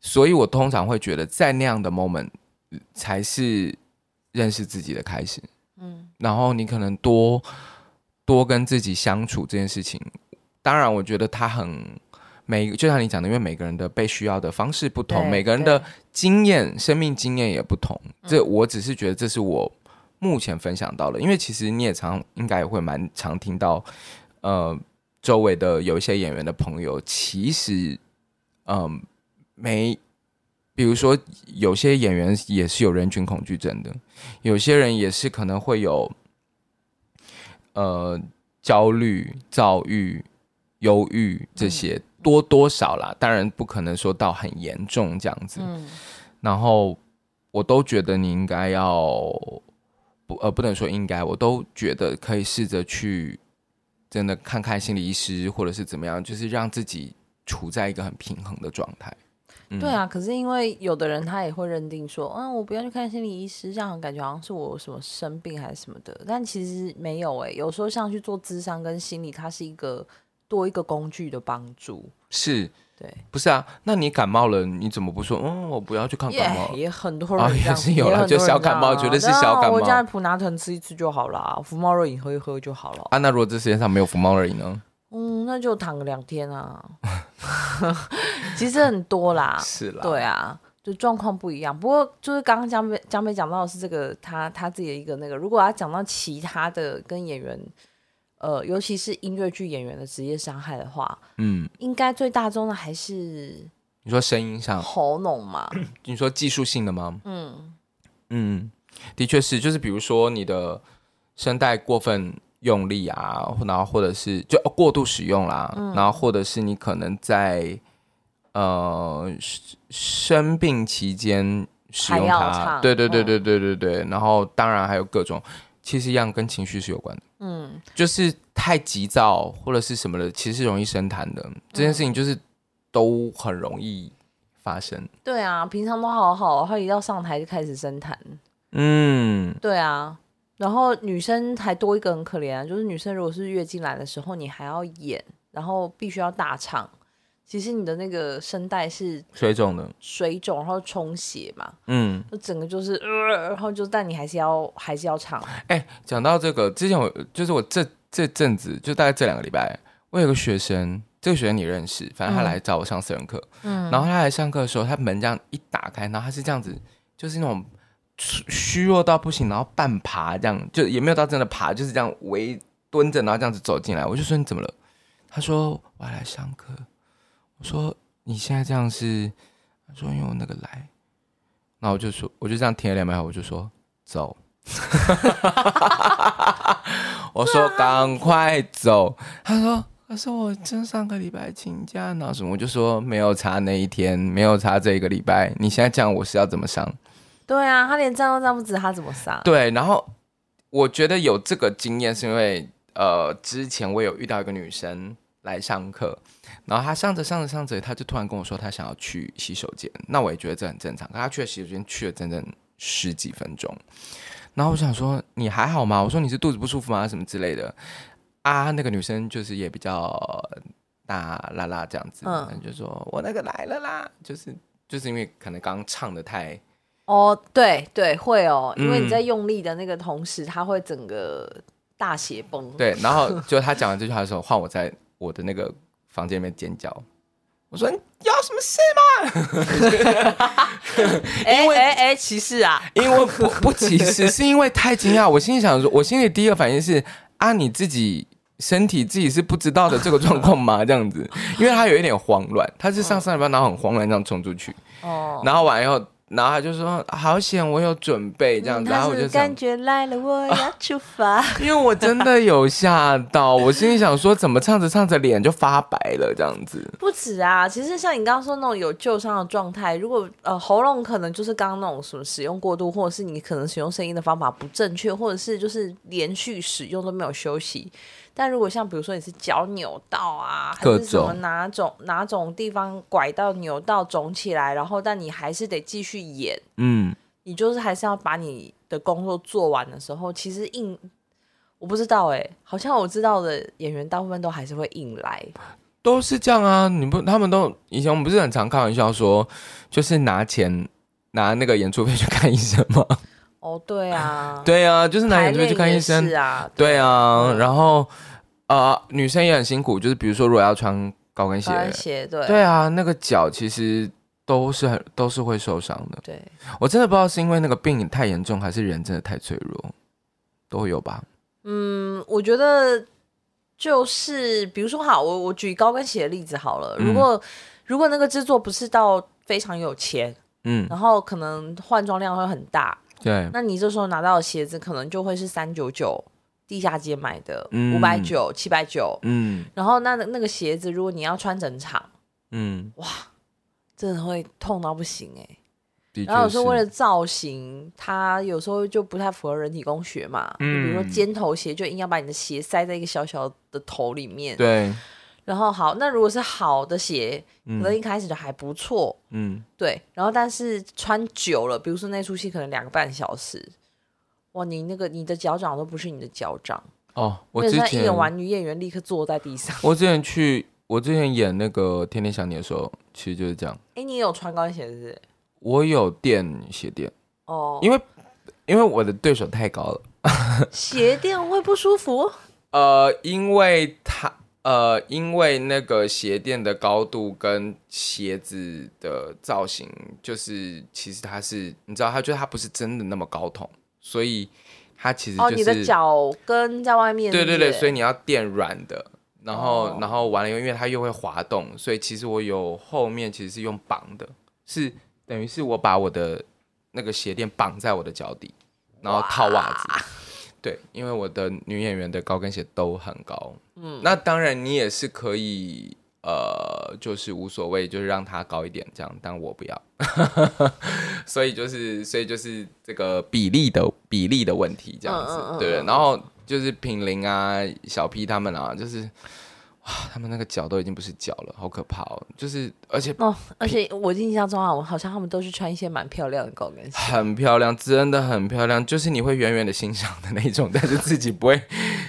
[SPEAKER 2] 所以我通常会觉得，在那样的 moment 才是认识自己的开始。
[SPEAKER 1] 嗯
[SPEAKER 2] 然后你可能多多跟自己相处这件事情，当然我觉得它很每就像你讲的，因为每个人的被需要的方式不同，
[SPEAKER 1] 对
[SPEAKER 2] 每个人的经验、生命经验也不同。这我只是觉得这是我目前分享到的，因为其实你也常应该也会蛮常听到，呃，周围的有一些演员的朋友，其实嗯、没。比如说，有些演员也是有人群恐惧症的，有些人也是可能会有，呃，焦虑、躁郁、忧郁这些，多多少啦，当然不可能说到很严重这样子。
[SPEAKER 1] 嗯，
[SPEAKER 2] 然后我都觉得你应该要不呃不能说应该，我都觉得可以试着去真的看看心理医师或者是怎么样，就是让自己处在一个很平衡的状态。嗯
[SPEAKER 1] 对啊。可是因为有的人他也会认定说，嗯，我不要去看心理医师，这样感觉好像是我什么生病还是什么的，但其实没有诶、有时候像去做智商跟心理，它是一个多一个工具的帮助。
[SPEAKER 2] 是
[SPEAKER 1] 对，
[SPEAKER 2] 不是啊？那你感冒了，你怎么不说？嗯，我不要去看
[SPEAKER 1] 也、
[SPEAKER 2] 感冒。
[SPEAKER 1] 也很多人
[SPEAKER 2] 哦
[SPEAKER 1] 这样
[SPEAKER 2] 也是有啦
[SPEAKER 1] 很多人
[SPEAKER 2] 就小感冒
[SPEAKER 1] 这样啊
[SPEAKER 2] 绝对是
[SPEAKER 1] 对啊
[SPEAKER 2] 小感冒
[SPEAKER 1] 我家的普拿疼吃一吃就好啦，福猫热饮喝一喝就好了。
[SPEAKER 2] 啊，那如果这世界上没有福猫而已呢？
[SPEAKER 1] 嗯，那就躺个两天啊。 其实很多啦，
[SPEAKER 2] 是啦
[SPEAKER 1] 对啊，就状况不一样。不过就是刚刚江贝江贝讲到的是这个他他自己的一个那个，如果要讲到其他的跟演员，呃，尤其是音乐剧演员的职业伤害的话，
[SPEAKER 2] 嗯，
[SPEAKER 1] 应该最大宗的还是
[SPEAKER 2] 你说声音上，
[SPEAKER 1] 喉咙嘛。
[SPEAKER 2] 你说技术性的吗？
[SPEAKER 1] 嗯，
[SPEAKER 2] 嗯，的确是，就是比如说你的声带过分用力啊，然后或者是就哦过度使用啦，
[SPEAKER 1] 嗯
[SPEAKER 2] 然后或者是你可能在呃生生病期间使用
[SPEAKER 1] 还要
[SPEAKER 2] 它，
[SPEAKER 1] 唱
[SPEAKER 2] 对对对
[SPEAKER 1] 嗯
[SPEAKER 2] 对对对对，然后当然还有各种，其实一样跟情绪是有关的。
[SPEAKER 1] 嗯，
[SPEAKER 2] 就是太急躁或者是什么的，其实是容易生痰的。这件事情就是都很容易发生。
[SPEAKER 1] 对啊，平常都好好，然后一到上台就开始生痰。
[SPEAKER 2] 嗯，
[SPEAKER 1] 对啊，然后女生还多一个很可怜啊，就是女生如果是月经来的时候，你还要演，然后必须要大唱。其实你的那个声带是
[SPEAKER 2] 水肿的。
[SPEAKER 1] 水肿，然后充血嘛，
[SPEAKER 2] 嗯，
[SPEAKER 1] 就整个就是，呃、然后就但你还是要还是要唱。啊
[SPEAKER 2] 哎、讲到这个，之前我就是我这这阵子，就大概这两个礼拜，我有个学生，这个学生你认识，反正他
[SPEAKER 1] 嗯
[SPEAKER 2] 来找我上私人课，
[SPEAKER 1] 嗯
[SPEAKER 2] 然后他来上课的时候，他门这样一打开，然后他是这样子，就是那种虚虚弱到不行，然后半爬这样，就也没有到真的爬，就是这样围蹲着，然后这样子走进来。我就说你怎么了？他说我要来上课。我说你现在这样是？他说因为我那个来。然后我就说，我就这样停了两秒，我就说走。 我说赶快走。他说。可是我真上个礼拜请假，然后什么？我就说没有差那一天，没有差这一个礼拜。你现在这样，我是要怎么上？
[SPEAKER 1] 对啊，他连站都站不直，他怎么上？
[SPEAKER 2] 对，然后我觉得有这个经验是因为，呃，之前我有遇到一个女生来上课，然后她上着上着上着，她就突然跟我说她想要去洗手间，那我也觉得这很正常。可她去了洗手间去了整整十几分钟，然后我想说你还好吗？我说你是肚子不舒服吗？什么之类的啊？那个女生就是也比较大啦啦这样子，
[SPEAKER 1] 嗯
[SPEAKER 2] 嗯，就说我那个来了啦，就是就是因为可能刚唱的太。
[SPEAKER 1] 哦，对对，会哦，因为
[SPEAKER 2] 嗯
[SPEAKER 1] 你在用力的那个同时，他会整个大血崩。
[SPEAKER 2] 对，然后就他讲完这句话的时候，换我在我的那个房间里面尖叫。我说你有什么事吗？
[SPEAKER 1] 哎哎哎，歧视啊！
[SPEAKER 2] 因为不不歧视，是因为太惊讶。我心里想说，我心里第一个反应是啊，你自己身体自己是不知道的这个状况吗？这样子，因为他有一点慌乱，他是上上班然后很慌乱这样冲出去，
[SPEAKER 1] 哦，
[SPEAKER 2] 然后完以后，然后他就说好险，我有准备这样
[SPEAKER 1] 嗯
[SPEAKER 2] 子，
[SPEAKER 1] 他
[SPEAKER 2] 然后我
[SPEAKER 1] 是
[SPEAKER 2] 就想
[SPEAKER 1] 感。觉来了，我要出发。
[SPEAKER 2] 因为我真的有吓到，我心里想说，怎么唱着唱着脸就发白了这样子？
[SPEAKER 1] 不止啊，其实像你刚刚说那种有旧伤的状态，如果呃喉咙可能就是刚刚那种什么使用过度，或者是你可能使用声音的方法不正确，或者是就是连续使用都没有休息。但如果像比如说你是脚扭到啊，还
[SPEAKER 2] 各
[SPEAKER 1] 是什么
[SPEAKER 2] 种
[SPEAKER 1] 哪种哪种地方拐到扭到肿起来，然后但你还是得继续演，
[SPEAKER 2] 嗯，
[SPEAKER 1] 你就是还是要把你的工作做完的时候，其实硬我不知道哎、好像我知道的演员大部分都还是会硬来，
[SPEAKER 2] 都是这样啊！你不，他们都以前我们不是很常开玩笑说，就是拿钱拿那个演出费去看医生 吗？
[SPEAKER 1] 哦，对啊，
[SPEAKER 2] 对啊，就是拿
[SPEAKER 1] 排
[SPEAKER 2] 演出
[SPEAKER 1] 练
[SPEAKER 2] 费去看医
[SPEAKER 1] 也
[SPEAKER 2] 生
[SPEAKER 1] 是。啊，
[SPEAKER 2] 对啊，
[SPEAKER 1] 嗯
[SPEAKER 2] 然后呃，女生也很辛苦，就是比如说如果要穿高跟鞋，
[SPEAKER 1] 高跟鞋，对
[SPEAKER 2] 对啊，那个脚其实都是很都是会受伤的。
[SPEAKER 1] 对
[SPEAKER 2] 我真的不知道是因为那个病太严重，还是人真的太脆弱，都会有吧。
[SPEAKER 1] 嗯，我觉得就是比如说，好，我我举高跟鞋的例子好了，如
[SPEAKER 2] 嗯
[SPEAKER 1] 果、如果那个制作不是到非常有钱，
[SPEAKER 2] 嗯，
[SPEAKER 1] 然后可能换装量会很大，
[SPEAKER 2] 对，
[SPEAKER 1] 那你这时候拿到的鞋子可能就会是三九九地下街买的，
[SPEAKER 2] 嗯
[SPEAKER 1] 五百九、七百九，
[SPEAKER 2] 嗯
[SPEAKER 1] 然后那那个鞋子如果你要穿整场，
[SPEAKER 2] 嗯，
[SPEAKER 1] 真的会痛到不行哎、
[SPEAKER 2] 的确
[SPEAKER 1] 然后有时候为了造型，它有时候就不太符合人体工学嘛。嗯、比如说
[SPEAKER 2] 嗯
[SPEAKER 1] 尖头鞋，就硬要把你的鞋塞在一个小小的头里面。。
[SPEAKER 2] 对，
[SPEAKER 1] 然后好，那如果是好的鞋，可能
[SPEAKER 2] 嗯
[SPEAKER 1] 一开始就还不错，
[SPEAKER 2] 嗯，
[SPEAKER 1] 对。然后但是穿久了，比如说那出戏可能两个半小时，哇，你那个你的脚掌都不是你的脚掌。
[SPEAKER 2] 哦，我
[SPEAKER 1] 那
[SPEAKER 2] 之
[SPEAKER 1] 他
[SPEAKER 2] 前
[SPEAKER 1] 演完女演员立刻坐在地上。
[SPEAKER 2] 我之前去我之前演那个《天天想你》的时候，其实就是这样。
[SPEAKER 1] 哎，你也有穿高跟鞋是不是？
[SPEAKER 2] 我有垫鞋垫，
[SPEAKER 1] 哦，
[SPEAKER 2] 因为因为我的对手太高了。
[SPEAKER 1] 鞋垫会不舒服。
[SPEAKER 2] 呃，因为它呃，因为那个鞋垫的高度跟鞋子的造型，就是其实它是，你知道，它就是它不是真的那么高筒，所以它其 实就
[SPEAKER 1] 哦，
[SPEAKER 2] 是、
[SPEAKER 1] 你的脚跟在外面是
[SPEAKER 2] 对
[SPEAKER 1] 不
[SPEAKER 2] 对
[SPEAKER 1] 是。
[SPEAKER 2] 对，所以你要垫软的。然后，
[SPEAKER 1] 哦
[SPEAKER 2] 然后完了以后，因为它又会滑动，所以其实我有后面其实是用绑的，是等于是我把我的那个鞋垫绑在我的脚底，然后套袜子。对，因为我的女演员的高跟鞋都很高，嗯，那当然你也是可以，呃，就是无所谓，就是让它高一点这样，但我不要， 所以就是，所以就是这个比例的比例的问题这样子，
[SPEAKER 1] 嗯嗯嗯
[SPEAKER 2] 对不
[SPEAKER 1] 嗯
[SPEAKER 2] 对然后就是品玲啊、小 P 他们啊，就是哇，他们那个脚都已经不是脚了，好可怕哦！就是而且
[SPEAKER 1] 哦，而且我印象中啊，我好像他们都是穿一些蛮漂亮的高跟鞋。
[SPEAKER 2] 很漂亮，真的很漂亮，就是你会远远的欣赏的那种， 但是自己不会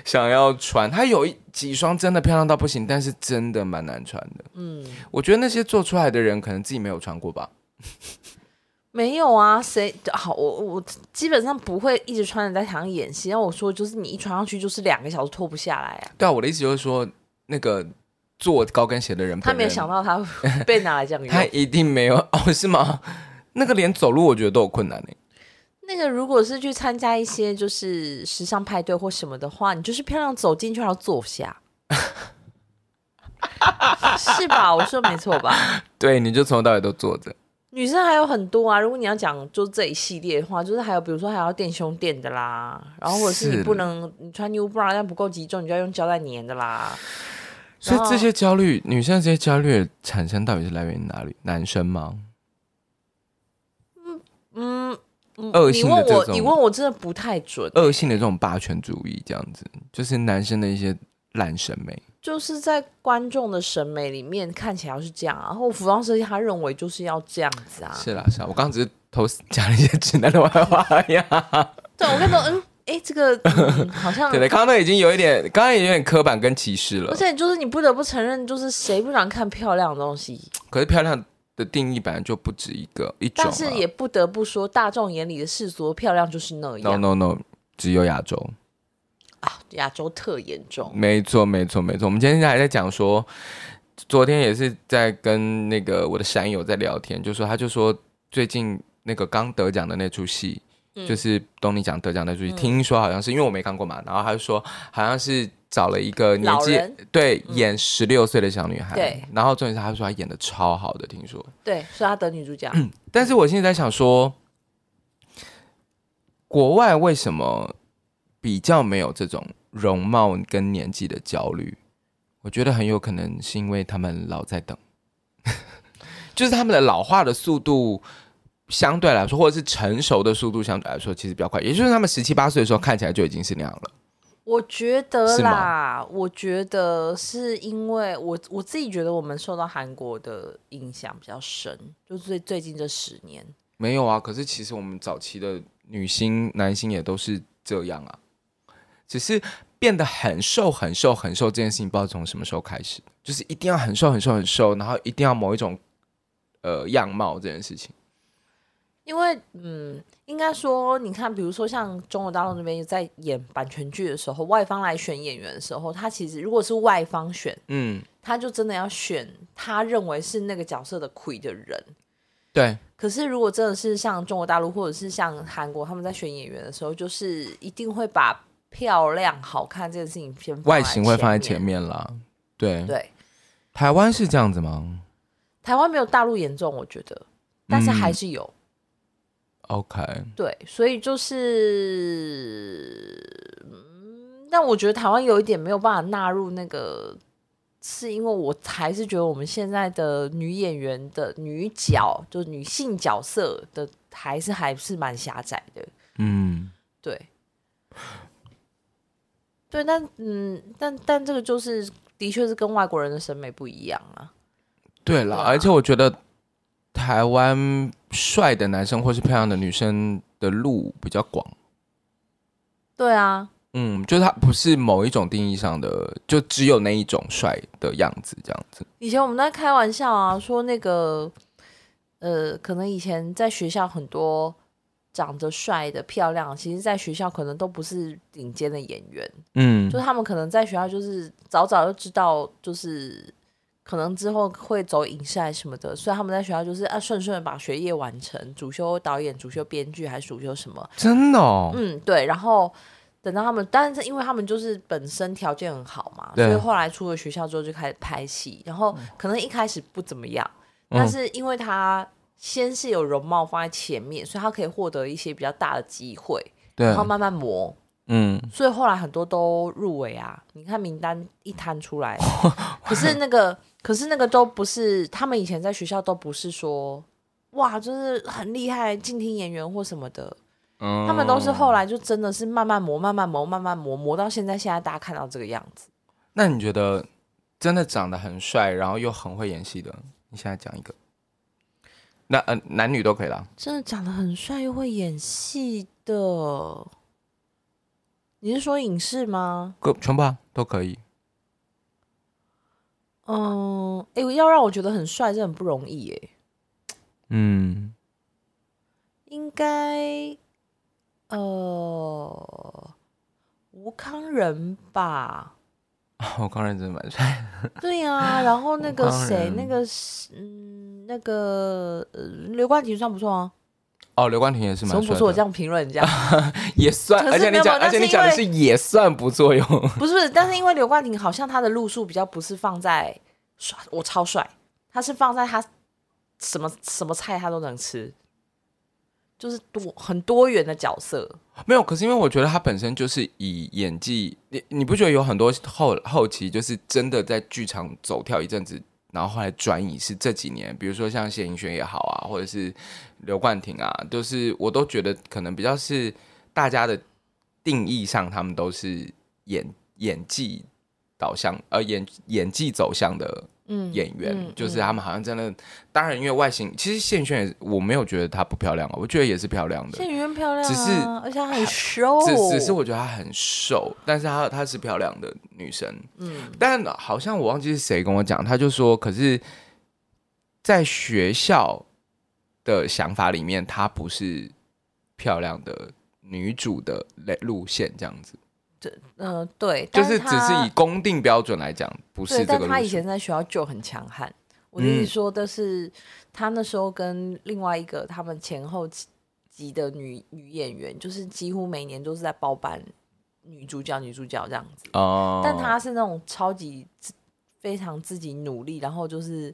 [SPEAKER 2] 想要穿。它有一几双真的漂亮到不行，但是真的蛮难穿的。
[SPEAKER 1] 嗯，
[SPEAKER 2] 我觉得那些做出来的人可能自己没有穿过吧。
[SPEAKER 1] 没有啊，谁好？我我基本上不会一直穿着在台上演戏。但我说就是你一穿上去就是两个小时脱不下来啊。
[SPEAKER 2] 对啊，我的意思就是说，那个做高跟鞋的人，
[SPEAKER 1] 他没有想，到他会被拿来这样
[SPEAKER 2] 他
[SPEAKER 1] 用。
[SPEAKER 2] 一定没有哦，是吗？那个连走路我觉得都有困难呢、 欸
[SPEAKER 1] 那个如果是去参加一些就是时尚派对或什么的话，你就是漂亮走进去然后坐下，是吧？我说没错吧？
[SPEAKER 2] 对，你就从头到尾都坐着。
[SPEAKER 1] 女生还有很多啊，如果你要讲就这一系列的话，就是还有比如说还要垫胸垫的啦，然后或者是
[SPEAKER 2] 是
[SPEAKER 1] 你不能你穿 new bra 但不够集中，你就要用胶带粘的啦。
[SPEAKER 2] 所以
[SPEAKER 1] 然后
[SPEAKER 2] 这些焦虑，女生这些焦虑的产生到底是来源于哪里？男生吗？
[SPEAKER 1] 嗯，嗯
[SPEAKER 2] 恶
[SPEAKER 1] 你
[SPEAKER 2] 性
[SPEAKER 1] 问
[SPEAKER 2] 的这
[SPEAKER 1] 我，
[SPEAKER 2] 种
[SPEAKER 1] 你问我真的不太准，
[SPEAKER 2] 恶性的这种霸权主义，这样子，就是男生的一些烂审美。
[SPEAKER 1] 就是在观众的审美里面看起来是这样啊，然后服装设计他认为就是要这样子啊。
[SPEAKER 2] 是啦，是啦，我刚刚只是偷讲了一些直男的坏话啊呀。
[SPEAKER 1] 对，我看到嗯，哎，这个、 嗯、好像
[SPEAKER 2] 对。对，刚刚那已经有一点，刚刚也有点刻板跟歧视
[SPEAKER 1] 而
[SPEAKER 2] 了。
[SPEAKER 1] 且就是你不得不承认，就是谁不想看漂亮的东西，
[SPEAKER 2] 可是漂亮的定义本来就不止一个一种、啊。
[SPEAKER 1] 但是也不得不说，大众眼里的世俗漂亮就是那
[SPEAKER 2] no
[SPEAKER 1] 样。
[SPEAKER 2] no no，只有亚洲。
[SPEAKER 1] 啊，亚洲特严重。
[SPEAKER 2] 没错，没错，没错。我们今天还在讲说，昨天也是在跟那个我的山友在聊天，就说他就说最近那个刚得奖的那出戏，
[SPEAKER 1] 嗯
[SPEAKER 2] 就是东尼奖得奖那出戏，听说好像是因为我没看过嘛，然后他就说好像是找了一个年
[SPEAKER 1] 老
[SPEAKER 2] 纪
[SPEAKER 1] 人嗯
[SPEAKER 2] 对演十六岁的小女孩，
[SPEAKER 1] 对
[SPEAKER 2] 然后重点是他说他演的超好的，听说，
[SPEAKER 1] 对，所以她得女主角。
[SPEAKER 2] 但是我现在在想说，国外为什么比较没有这种容貌跟年纪的焦虑？我觉得很有可能是因为他们老在等， 就是他们的老化的速度相对来说，或者是成熟的速度相对来说其实比较快，也就是他们十七八岁的时候看起来就已经是那样了。
[SPEAKER 1] 我觉得
[SPEAKER 2] 是吗
[SPEAKER 1] 啦，我觉得是因为我我自己觉得我们受到韩国的影响比较深，就最最近这十年。
[SPEAKER 2] 没有啊，可是其实我们早期的女星、男星也都是这样啊，只是变得很瘦、很瘦、很瘦这件事情，不知道从什么时候开始，就是一定要很瘦、很瘦、很瘦，然后一定要某一种呃样貌这件事情。
[SPEAKER 1] 因为嗯，应该说，你看，比如说像中国大陆那边在演版权剧的时候，外方来选演员的时候，他其实如果是外方选，
[SPEAKER 2] 嗯，
[SPEAKER 1] 他就真的要选他认为是那个角色的魁的人。
[SPEAKER 2] 对，
[SPEAKER 1] 可是如果真的是像中国大陆或者是像韩国，他们在选演员的时候，就是一定会把漂亮、好看这件事情先
[SPEAKER 2] 外形会放在前
[SPEAKER 1] 前。
[SPEAKER 2] 面啦。对，
[SPEAKER 1] 对，
[SPEAKER 2] 台湾是这样子吗
[SPEAKER 1] 台湾没有大陆严重，我觉得，但是
[SPEAKER 2] 嗯
[SPEAKER 1] 还是有。
[SPEAKER 2] ？OK，
[SPEAKER 1] 对，所以就是，嗯，但我觉得台湾有一点没有办法纳入那个，是因为我还是觉得我们现在的女演员的女角，就是女性角色的，还是还是蛮狭窄的。
[SPEAKER 2] 嗯，
[SPEAKER 1] 对，对，但嗯，但但这个就是，的确是跟外国人的审美不一样啊。
[SPEAKER 2] 对啦，
[SPEAKER 1] 对啊
[SPEAKER 2] 而且我觉得台湾帅的男生或是漂亮的女生的路比较广。
[SPEAKER 1] 对啊，
[SPEAKER 2] 嗯，就是他不是某一种定义上的，就只有那一种帅的样子这样子。
[SPEAKER 1] 以前我们在开玩笑啊，说那个，呃，可能以前在学校很多长得帅的、漂亮，其实在学校可能都不是顶尖的演员，
[SPEAKER 2] 嗯
[SPEAKER 1] 就，是他们可能在学校就是早早就知道，就是可能之后会走影视还是什么的，所以他们在学校就是啊顺顺地把学业完成，主修导演、主修编剧还是主修什么，
[SPEAKER 2] 真的哦，
[SPEAKER 1] 嗯，对，然后等到他们，但是因为他们就是本身条件很好嘛，所
[SPEAKER 2] 对
[SPEAKER 1] 以后来出了学校之后就开始拍戏，然后可能一开始不怎么样，
[SPEAKER 2] 嗯
[SPEAKER 1] 但是因为他先是有容貌放在前面，所以他可以获得一些比较大的机会，
[SPEAKER 2] 对
[SPEAKER 1] 然后，慢慢磨，
[SPEAKER 2] 嗯，
[SPEAKER 1] 所以后来很多都入围啊。你看名单一摊出 来，可是那个，可是那个都不是他们以前在学校都不是说哇，就是很厉害竞听演员或什么的，
[SPEAKER 2] 他
[SPEAKER 1] 他们都是后来就真的是慢慢磨、慢慢磨、慢慢磨，磨到现在，现在大家看到这个样子。
[SPEAKER 2] 那你觉得真的长得很帅，然后又很会演戏的，你现在讲一个，那呃男女都可以啦。
[SPEAKER 1] 真的长得很帅又会演戏的，你是说影视吗？
[SPEAKER 2] 各全部啊都可以，
[SPEAKER 1] 嗯，哎、要让我觉得很帅，这很不容易耶。
[SPEAKER 2] 嗯，
[SPEAKER 1] 应该，呃，吴康仁吧？
[SPEAKER 2] 我刚认真蛮帅，
[SPEAKER 1] 对呀、 然后那个
[SPEAKER 2] 吴康
[SPEAKER 1] 谁，
[SPEAKER 2] 仁
[SPEAKER 1] 那个是嗯，那个、呃、刘冠廷算不算啊？
[SPEAKER 2] 哦，刘冠廷也是
[SPEAKER 1] 怎
[SPEAKER 2] 蛮
[SPEAKER 1] 么
[SPEAKER 2] 帅的，
[SPEAKER 1] 不是我这样评论人家？
[SPEAKER 2] 也算，
[SPEAKER 1] 可是
[SPEAKER 2] 而且
[SPEAKER 1] 没
[SPEAKER 2] 你
[SPEAKER 1] 有
[SPEAKER 2] 讲，
[SPEAKER 1] 但
[SPEAKER 2] 而
[SPEAKER 1] 是
[SPEAKER 2] 且你
[SPEAKER 1] 因
[SPEAKER 2] 讲的
[SPEAKER 1] 为
[SPEAKER 2] 是也算不错哟，
[SPEAKER 1] 不是不是，但是因为刘冠廷好像他的路数比较不是放在帅，我超帅，他是放在他什么什么菜他都能吃，就是多很多元的角色。
[SPEAKER 2] 没有，可是因为我觉得他本身就是以演技，你你不觉得有很多后后期就是真的在剧场走跳一阵子，然后后来转移是这几年，比如说像谢盈萱也好啊，或者是刘冠廷啊，都、是我都觉得可能比较是大家的定义上，他们都是演演技导向，呃演演技走向的
[SPEAKER 1] 嗯，
[SPEAKER 2] 演员，
[SPEAKER 1] 嗯
[SPEAKER 2] 就是
[SPEAKER 1] 嗯
[SPEAKER 2] 他们好像真的，当然因为外形，其实谢盈萱也是我没有觉得她不漂亮啊，我觉得也是漂亮的，
[SPEAKER 1] 谢云漂亮、啊，
[SPEAKER 2] 只是
[SPEAKER 1] 而且她很瘦，
[SPEAKER 2] 只只是我觉得她很瘦，但是她她是漂亮的女生，
[SPEAKER 1] 嗯
[SPEAKER 2] 但好像我忘记是谁跟我讲，她就说，可是，在学校的想法里面，她不是漂亮的女主的类路线这样子，
[SPEAKER 1] 嗯、呃对，
[SPEAKER 2] 就
[SPEAKER 1] 但是
[SPEAKER 2] 只是
[SPEAKER 1] 她
[SPEAKER 2] 以公定标准来讲，不是
[SPEAKER 1] 对，
[SPEAKER 2] 这
[SPEAKER 1] 但
[SPEAKER 2] 个
[SPEAKER 1] 他
[SPEAKER 2] 路
[SPEAKER 1] 以
[SPEAKER 2] 线。
[SPEAKER 1] 前在学校就很强悍。我的意思
[SPEAKER 2] 嗯
[SPEAKER 1] 说的是，他那时候跟另外一个他们前后级的女女演员，就是几乎每年都是在包办女主角、女主角这样子。
[SPEAKER 2] 哦，
[SPEAKER 1] 但她是那种超级自非常自己努力，然后就是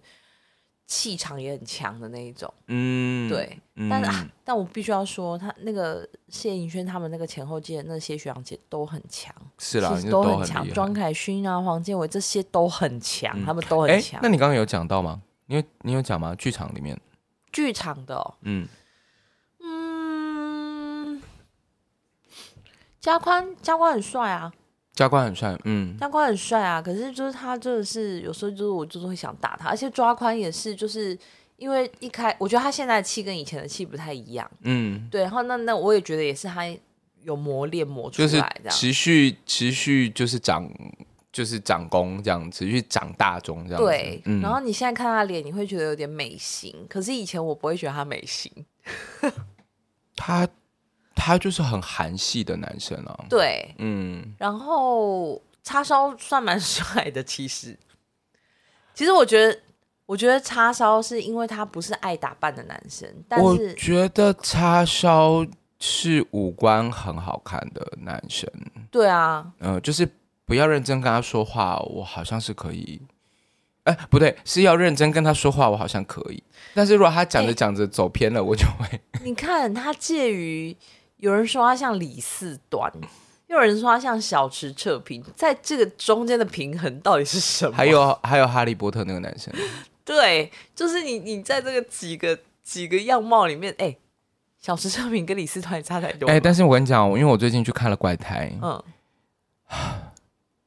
[SPEAKER 1] 气场也很强的那一种。
[SPEAKER 2] 嗯，
[SPEAKER 1] 对，
[SPEAKER 2] 嗯
[SPEAKER 1] 但是、啊、但我必须要说，她那个谢颖轩他们那个前后届的那些学长姐都很强，
[SPEAKER 2] 是啦，
[SPEAKER 1] 其实
[SPEAKER 2] 就
[SPEAKER 1] 都
[SPEAKER 2] 很
[SPEAKER 1] 很强
[SPEAKER 2] 厉，害
[SPEAKER 1] 庄凯勋啊、黄建伟这些都很强，
[SPEAKER 2] 嗯
[SPEAKER 1] 他们都
[SPEAKER 2] 哎、
[SPEAKER 1] 很强。
[SPEAKER 2] 那你刚刚有讲到吗？你有你有讲吗？剧场里面，
[SPEAKER 1] 剧场的哦、
[SPEAKER 2] 嗯，
[SPEAKER 1] 嗯，加宽加宽很帅啊，
[SPEAKER 2] 教官很帅，嗯，
[SPEAKER 1] 加宽很帅啊，可是就是他真的是有时候就是我就是会想打他，而且抓宽也是就是。因为一开，我觉得他现在的气跟以前的气不太一样，
[SPEAKER 2] 嗯，
[SPEAKER 1] 对。然后那那我也觉得也是他有磨练磨出
[SPEAKER 2] 就是
[SPEAKER 1] 来这样，
[SPEAKER 2] 持续持续就是长就是长功这样，持续长大中这样子，
[SPEAKER 1] 对。
[SPEAKER 2] 嗯，
[SPEAKER 1] 然后你现在看他的脸，你会觉得有点美型，可是以前我不会觉得他美型，
[SPEAKER 2] 他他就是很韩系的男生啊，
[SPEAKER 1] 对，
[SPEAKER 2] 嗯，
[SPEAKER 1] 然后叉烧算蛮帅的，其实， 其实我觉得，我觉得叉烧是因为他不是爱打扮的男生，但
[SPEAKER 2] 我
[SPEAKER 1] 是
[SPEAKER 2] 觉得叉烧是五官很好看的男生，
[SPEAKER 1] 对啊，
[SPEAKER 2] 呃，就是不要认真跟他说话，我好像是可以。哎、不对，是要认真跟他说话，我好像可以。但是如果他讲着
[SPEAKER 1] 哎
[SPEAKER 2] 讲着走偏了，我就会
[SPEAKER 1] 你看他介于有人说他像李四端，又有人说他像小池彻平，在这个中间的平衡到底是什么？
[SPEAKER 2] 还有还有哈利波特那个男生，
[SPEAKER 1] 对，就是你你在这个几个几个样貌里面，哎、小池彻平跟李四端也差太多
[SPEAKER 2] 哎、
[SPEAKER 1] 了，
[SPEAKER 2] 但是我跟你讲，因为我最近去看了《怪胎》，
[SPEAKER 1] 嗯，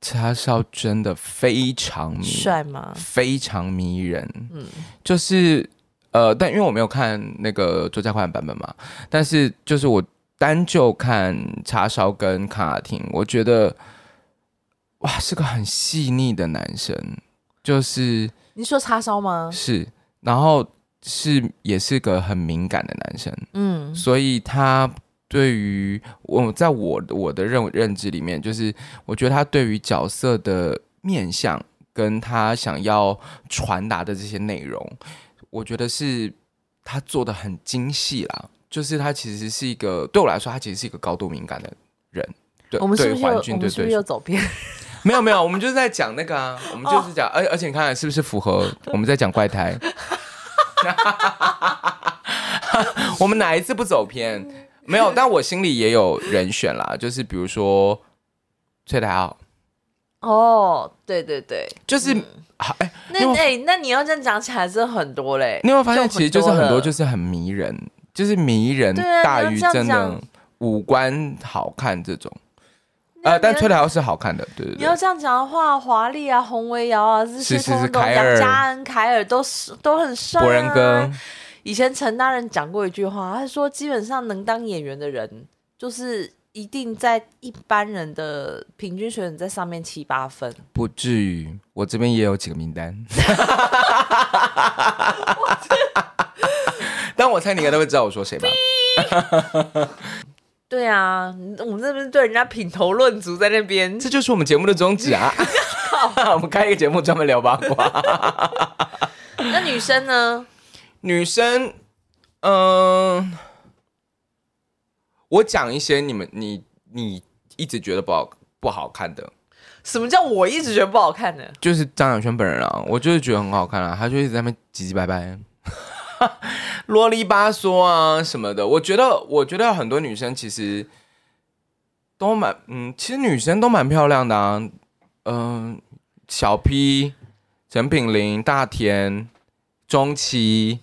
[SPEAKER 2] 叉烧真的非常迷
[SPEAKER 1] 帅吗？
[SPEAKER 2] 非常迷人。
[SPEAKER 1] 嗯
[SPEAKER 2] 就是呃，但因为我没有看那个作家快版本嘛，但是就是我单就看叉烧跟卡廷，我觉得哇，是个很细腻的男生，就是
[SPEAKER 1] 你说叉烧吗？
[SPEAKER 2] 是，然后是也是个很敏感的男生，
[SPEAKER 1] 嗯，
[SPEAKER 2] 所以他。对于我，在我我的认认知里面，就是我觉得他对于角色的面向跟他想要传达的这些内容，我觉得是他做的很精细啦。就是他其实是一个对我来说，他其实是一个高度敏感的人。对，
[SPEAKER 1] 我们是不
[SPEAKER 2] 对
[SPEAKER 1] 是又
[SPEAKER 2] 环
[SPEAKER 1] 我
[SPEAKER 2] 境对
[SPEAKER 1] 们是不
[SPEAKER 2] 对
[SPEAKER 1] 是
[SPEAKER 2] 手
[SPEAKER 1] 又走偏？
[SPEAKER 2] 没有没有，我们就是在讲那个啊，我们就是
[SPEAKER 1] 哦
[SPEAKER 2] 讲，而、而且你看是不是符合我们在讲怪胎？ 我们哪一次不走偏？没有，但我心里也有人选啦，就是比如说崔台浩，
[SPEAKER 1] 哦，对对对，
[SPEAKER 2] 就是、好哎、因
[SPEAKER 1] 那
[SPEAKER 2] 为
[SPEAKER 1] 哎、那你要这样讲起来，真的很多嘞。
[SPEAKER 2] 你有没有发现其实就是很多就是是很迷人，就是迷人
[SPEAKER 1] 对啊
[SPEAKER 2] 大于
[SPEAKER 1] 你要这
[SPEAKER 2] 真
[SPEAKER 1] 样
[SPEAKER 2] 的
[SPEAKER 1] 讲
[SPEAKER 2] 五官好看这种。呃，但崔台浩是好看的，对对
[SPEAKER 1] 你要
[SPEAKER 2] 对，
[SPEAKER 1] 这样讲的话，华丽啊、洪维瑶啊，这
[SPEAKER 2] 是
[SPEAKER 1] 些
[SPEAKER 2] 是
[SPEAKER 1] 通
[SPEAKER 2] 是
[SPEAKER 1] 通都
[SPEAKER 2] 凯
[SPEAKER 1] 杨
[SPEAKER 2] 尔
[SPEAKER 1] 家安、凯尔都是都很帅、啊。
[SPEAKER 2] 博仁哥。
[SPEAKER 1] 以前陈大人讲过一句话，他说基本上能当演员的人，就是一定在一般人的平均水准在上面七八分。
[SPEAKER 2] 不至于，我这边也有几个名 单。但我猜你应该都会知道我说 谁吧？
[SPEAKER 1] 对啊，我们这边对人家品头论足在那边，
[SPEAKER 2] 这就是我们节目的宗旨啊！ 我们开一个节目专门聊八卦。
[SPEAKER 1] 那女生呢？
[SPEAKER 2] 女生，嗯、我讲一些你们你你一直觉得不好不好看的，
[SPEAKER 1] 什么叫我一直觉得不好看呢？
[SPEAKER 2] 就是张小轩本人啊，我就是觉得很好看啊，他就一直在那边唧唧拜拜， 啰里吧嗦啊什么的。我觉得，我觉得很多女生其实都蛮，嗯，其实女生都蛮漂亮的啊，嗯、小 P、陈品玲、大田、钟琪、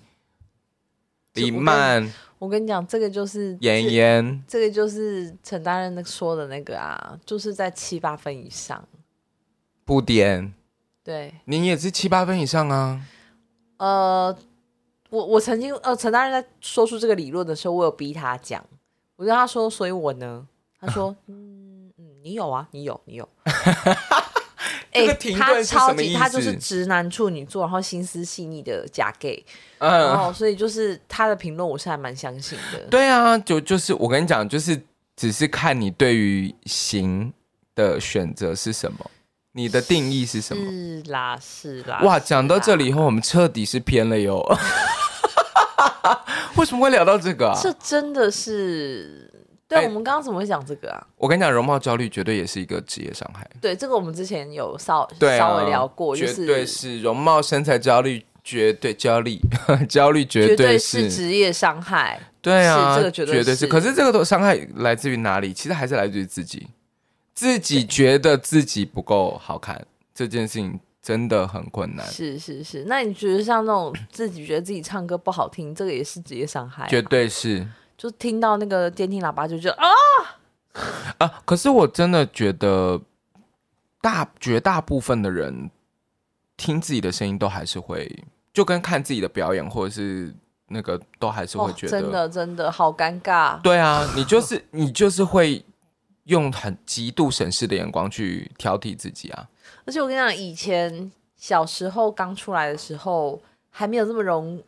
[SPEAKER 1] 就我
[SPEAKER 2] 李
[SPEAKER 1] 跟
[SPEAKER 2] 曼、
[SPEAKER 1] 我跟你讲，这个就是
[SPEAKER 2] 妍妍，
[SPEAKER 1] 这个就是陈大人说的那个啊，就是在七八分以上。
[SPEAKER 2] 不点，
[SPEAKER 1] 对，
[SPEAKER 2] 你也是七八分以上啊。
[SPEAKER 1] 呃，我我曾经呃，陈大人在说出这个理论的时候，我有逼他讲，我跟他说，所以我呢，他 说，嗯嗯，你有啊，你有，你有。
[SPEAKER 2] 这
[SPEAKER 1] 哎、
[SPEAKER 2] 个停顿
[SPEAKER 1] 他
[SPEAKER 2] 是什
[SPEAKER 1] 超
[SPEAKER 2] 么意
[SPEAKER 1] 级，
[SPEAKER 2] 思
[SPEAKER 1] 他就是直男处女座，然后心思细腻的假 gay，然
[SPEAKER 2] 嗯，
[SPEAKER 1] 后所以就是他的评论我是还蛮相信的。
[SPEAKER 2] 对啊，就就是我跟你讲，就是只是看你对于型的选择是什么，你的定义是什么。
[SPEAKER 1] 是啦，是啦。
[SPEAKER 2] 哇，
[SPEAKER 1] 是
[SPEAKER 2] 讲到
[SPEAKER 1] 啦
[SPEAKER 2] 这里以后，我们彻底是偏了哟。 为什么会聊到这个啊？
[SPEAKER 1] 这真的是，对、啊
[SPEAKER 2] 哎
[SPEAKER 1] 我们刚刚怎么会讲这个啊？
[SPEAKER 2] 我跟你讲，容貌焦虑绝对也是一个职业伤害。
[SPEAKER 1] 对，这个我们之前有稍、
[SPEAKER 2] 对、啊，
[SPEAKER 1] 稍微聊过，就
[SPEAKER 2] 绝
[SPEAKER 1] 是
[SPEAKER 2] 对是容貌身材焦虑，绝对焦虑， 焦虑绝
[SPEAKER 1] 绝对是
[SPEAKER 2] 是
[SPEAKER 1] 职业伤害。
[SPEAKER 2] 对啊，
[SPEAKER 1] 是这个绝对
[SPEAKER 2] 对是。
[SPEAKER 1] 是
[SPEAKER 2] 可是这个都伤害来自于哪里？其实还是来自于自己，自己觉得自己不够好看，这件事情真的很困难，
[SPEAKER 1] 是是是，那你觉得像那种自己觉得自己唱歌不好听，这个也是职业伤害、啊，
[SPEAKER 2] 绝对是
[SPEAKER 1] 就听到那个监听喇叭就觉得啊，
[SPEAKER 2] 啊。可是我真的觉得大绝大部分的人听自己的声音都还是会，就跟看自己的表演或者是那个都还是会
[SPEAKER 1] 哦，
[SPEAKER 2] 觉
[SPEAKER 1] 真
[SPEAKER 2] 得，
[SPEAKER 1] 的真的好尴尬。
[SPEAKER 2] 对啊，你就是你就是会用很极度审视的眼光去挑剔自己啊。
[SPEAKER 1] 而且我跟你讲，以前小时候刚出来的时候还没有这么容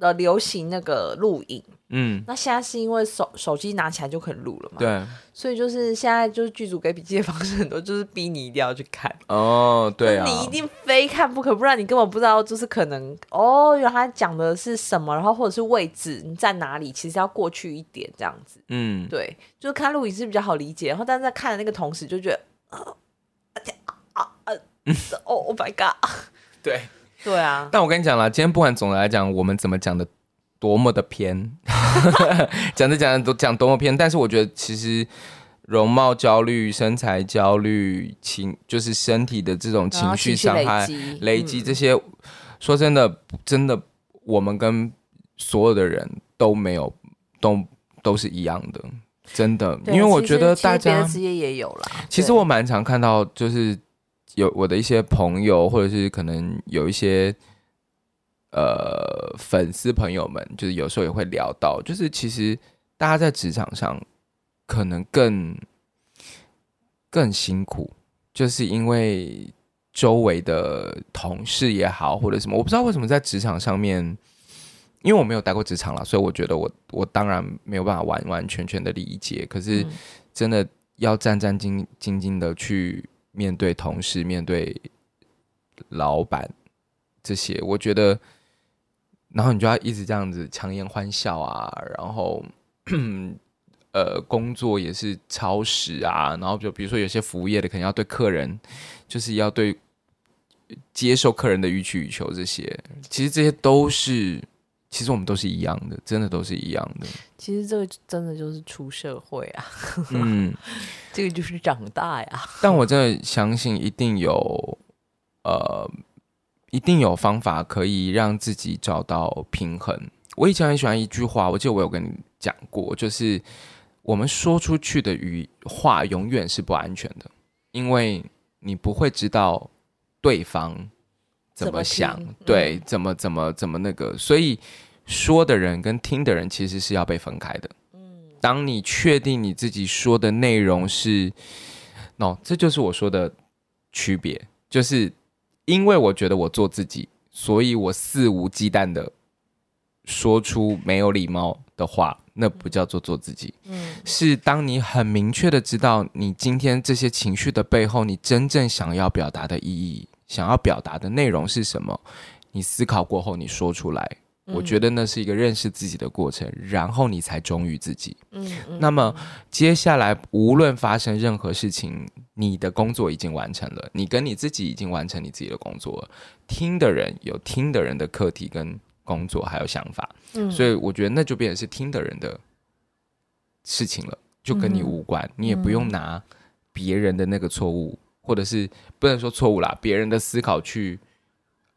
[SPEAKER 1] 呃流行那个录影，
[SPEAKER 2] 嗯，
[SPEAKER 1] 那现在是因为手手机拿起来就可以录了嘛，
[SPEAKER 2] 对，
[SPEAKER 1] 所以就是现在就是剧组给笔记的方式很多，就是逼你一定要去看，
[SPEAKER 2] 哦，对啊，
[SPEAKER 1] 你一定非看不可，不然你根本不知道，就是可能哦，原来他讲的是什么，然后或者是位置你在哪里，其实要过去一点这样子。
[SPEAKER 2] 嗯，
[SPEAKER 1] 对，就是看录影是比较好理解，然后但是在看的那个同时就觉得，呃 呃啊啊啊啊哦，Oh my god！
[SPEAKER 2] 对。
[SPEAKER 1] 对啊，
[SPEAKER 2] 但我跟你讲啦，今天不管总的来讲，我们怎么讲的多么的偏， 讲着讲着都讲多么偏，但是我觉得其实容貌焦虑、身材焦虑、情就是身体的这种
[SPEAKER 1] 然
[SPEAKER 2] 情
[SPEAKER 1] 后情
[SPEAKER 2] 绪伤害、
[SPEAKER 1] 积嗯
[SPEAKER 2] 累积这些，说真的，真的，我们跟所有的人都没有都都是一样的，真的，
[SPEAKER 1] 对
[SPEAKER 2] 因为我
[SPEAKER 1] 其
[SPEAKER 2] 觉
[SPEAKER 1] 实
[SPEAKER 2] 得
[SPEAKER 1] 其实
[SPEAKER 2] 大
[SPEAKER 1] 别
[SPEAKER 2] 家
[SPEAKER 1] 的职业也有啦。
[SPEAKER 2] 其实
[SPEAKER 1] 对
[SPEAKER 2] 我蛮常看到，就是有我的一些朋友，或者是可能有一些呃粉丝朋友们，就是有时候也会聊到，就是其实大家在职场上可能更更辛苦，就是因为周围的同事也好，或者什么，我不知道为什么在职场上面。因为我没有待过职场了，所以我觉得我我当然没有办法完完全全的理解。可是
[SPEAKER 1] 嗯
[SPEAKER 2] 真的要战战兢兢兢的去面对同事、面对老板这些，我觉得，然后你就要一直这样子强颜欢笑啊，然后。 呃，工作也是超时啊，然后就比如说有些服务业的，可能要对客人，就是要对接受客人的予取予求这些，其实这些都是，其实我们都是一样的，真的都是一样的。
[SPEAKER 1] 其实这个真的就是出社会啊，
[SPEAKER 2] 嗯，
[SPEAKER 1] 这个就是长大呀。
[SPEAKER 2] 但我真的相信一定有，呃，一定有方法可以让自己找到平衡。我以前很喜欢一句话，我记得我有跟你讲过，就是我们说出去的语话永远是不安全的，因为你不会知道对方
[SPEAKER 1] 怎
[SPEAKER 2] 怎
[SPEAKER 1] 么
[SPEAKER 2] 么想，
[SPEAKER 1] 听嗯
[SPEAKER 2] 对，怎么怎么怎么那个，所以说的人跟听的人其实是要被分开的。
[SPEAKER 1] 嗯
[SPEAKER 2] 当你确定你自己说的内容是，no，这就是我说的区别，就是因为我觉得我做自己，所以我肆无忌惮的说出没有礼貌的话，那不叫做做自己。
[SPEAKER 1] 嗯，
[SPEAKER 2] 是当你很明确的知道你今天这些情绪的背后，你真正想要表达的意义，想要表达的内容是什么，你思考过后你说出来，我觉
[SPEAKER 1] 得，
[SPEAKER 2] 得那是一个认识自己的过程，然后你才忠于自己。
[SPEAKER 1] 嗯嗯
[SPEAKER 2] 那么接下来无论发生任何事情，你的工作已经完成了，你跟你自己已经完成你自己的工作了。听的人有听的人的课题跟工作还有想法，
[SPEAKER 1] 嗯
[SPEAKER 2] 所以我觉得那就变成是听的人的事情了，就跟你
[SPEAKER 1] 嗯哼
[SPEAKER 2] 无关，你也不
[SPEAKER 1] 嗯
[SPEAKER 2] 用拿别人的那个错误，或者是不能说错误啦，别人的思考去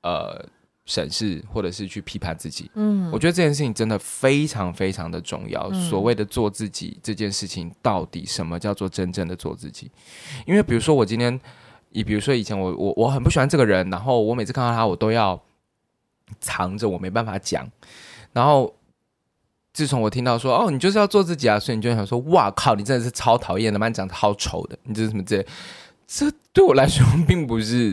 [SPEAKER 2] 呃审视或者是去批判自己。
[SPEAKER 1] 嗯
[SPEAKER 2] 我觉得这件事情真的非常非常的重要。
[SPEAKER 1] 嗯
[SPEAKER 2] 所谓的做自己这件事情，到底什么叫做真正的做自己？因为比如说我今天，以比如说以前我我我很不喜欢这个人，然后我每次看到他，我都要藏着，我没办法讲。然后自从我听到说哦，你就是要做自己啊，所以你就会想说，哇靠，你真的是超讨厌的，妈你长得好丑的，你这是什么这？这对我来说 并不是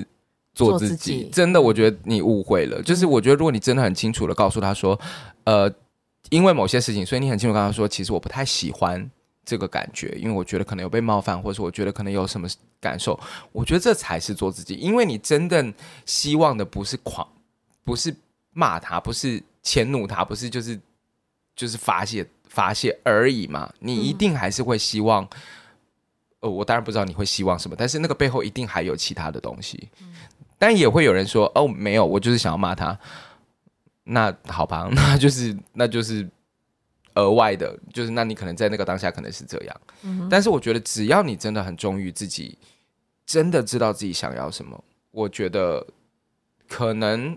[SPEAKER 2] 做
[SPEAKER 1] 做
[SPEAKER 2] 自
[SPEAKER 1] 自
[SPEAKER 2] 己，嗯
[SPEAKER 1] 己
[SPEAKER 2] 真的，我觉得你误会了。就是我觉得，如果你真的很清楚的告诉他说，呃，因为某些事情，所以你很清楚地跟他说，其实我不太喜欢这个感觉，因为我觉得可能有被冒犯，或者我觉得可能有什么感受。我觉得这才是做自己，因为你真正希望的不是狂，不是骂他，不是迁怒他，不是就是就是发泄发泄而已嘛。你一定还是会希望。呃，我当然不知道你会希望什么，但是那个背后一定还有其他的东西。但也会有人说：“哦，没有，我就是想要骂他。”那好吧， 那就是那就是额外的，就是那你可能在那个当下可能是这样。
[SPEAKER 1] 嗯
[SPEAKER 2] 但是我觉得，只要你真的很忠于自己，真的知道自己想要什么，我觉得可能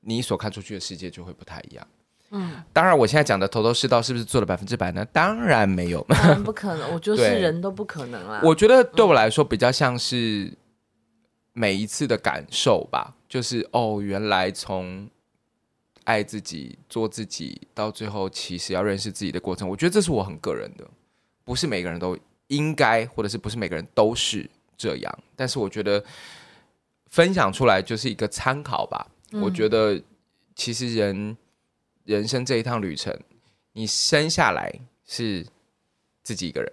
[SPEAKER 2] 你所看出去的世界就会不太一样。
[SPEAKER 1] 嗯，
[SPEAKER 2] 当然，我现在讲的头头是道，是不是做了百分之百呢？当然没有。
[SPEAKER 1] 当然不可能，我就是
[SPEAKER 2] 对
[SPEAKER 1] 人都不可能啦。
[SPEAKER 2] 我觉得对我来说比较像是每一次的感受吧，就是哦，原来从爱自己、做自己到最后，其实要认识自己的过程，我觉得这是我很个人的，不是每个人都应该，或者是不是每个人都是这样。
[SPEAKER 1] 嗯
[SPEAKER 2] 但是我觉得分享出来就是一个参考吧，我觉得其实人人生这一趟旅程，你生下来是自己一个人，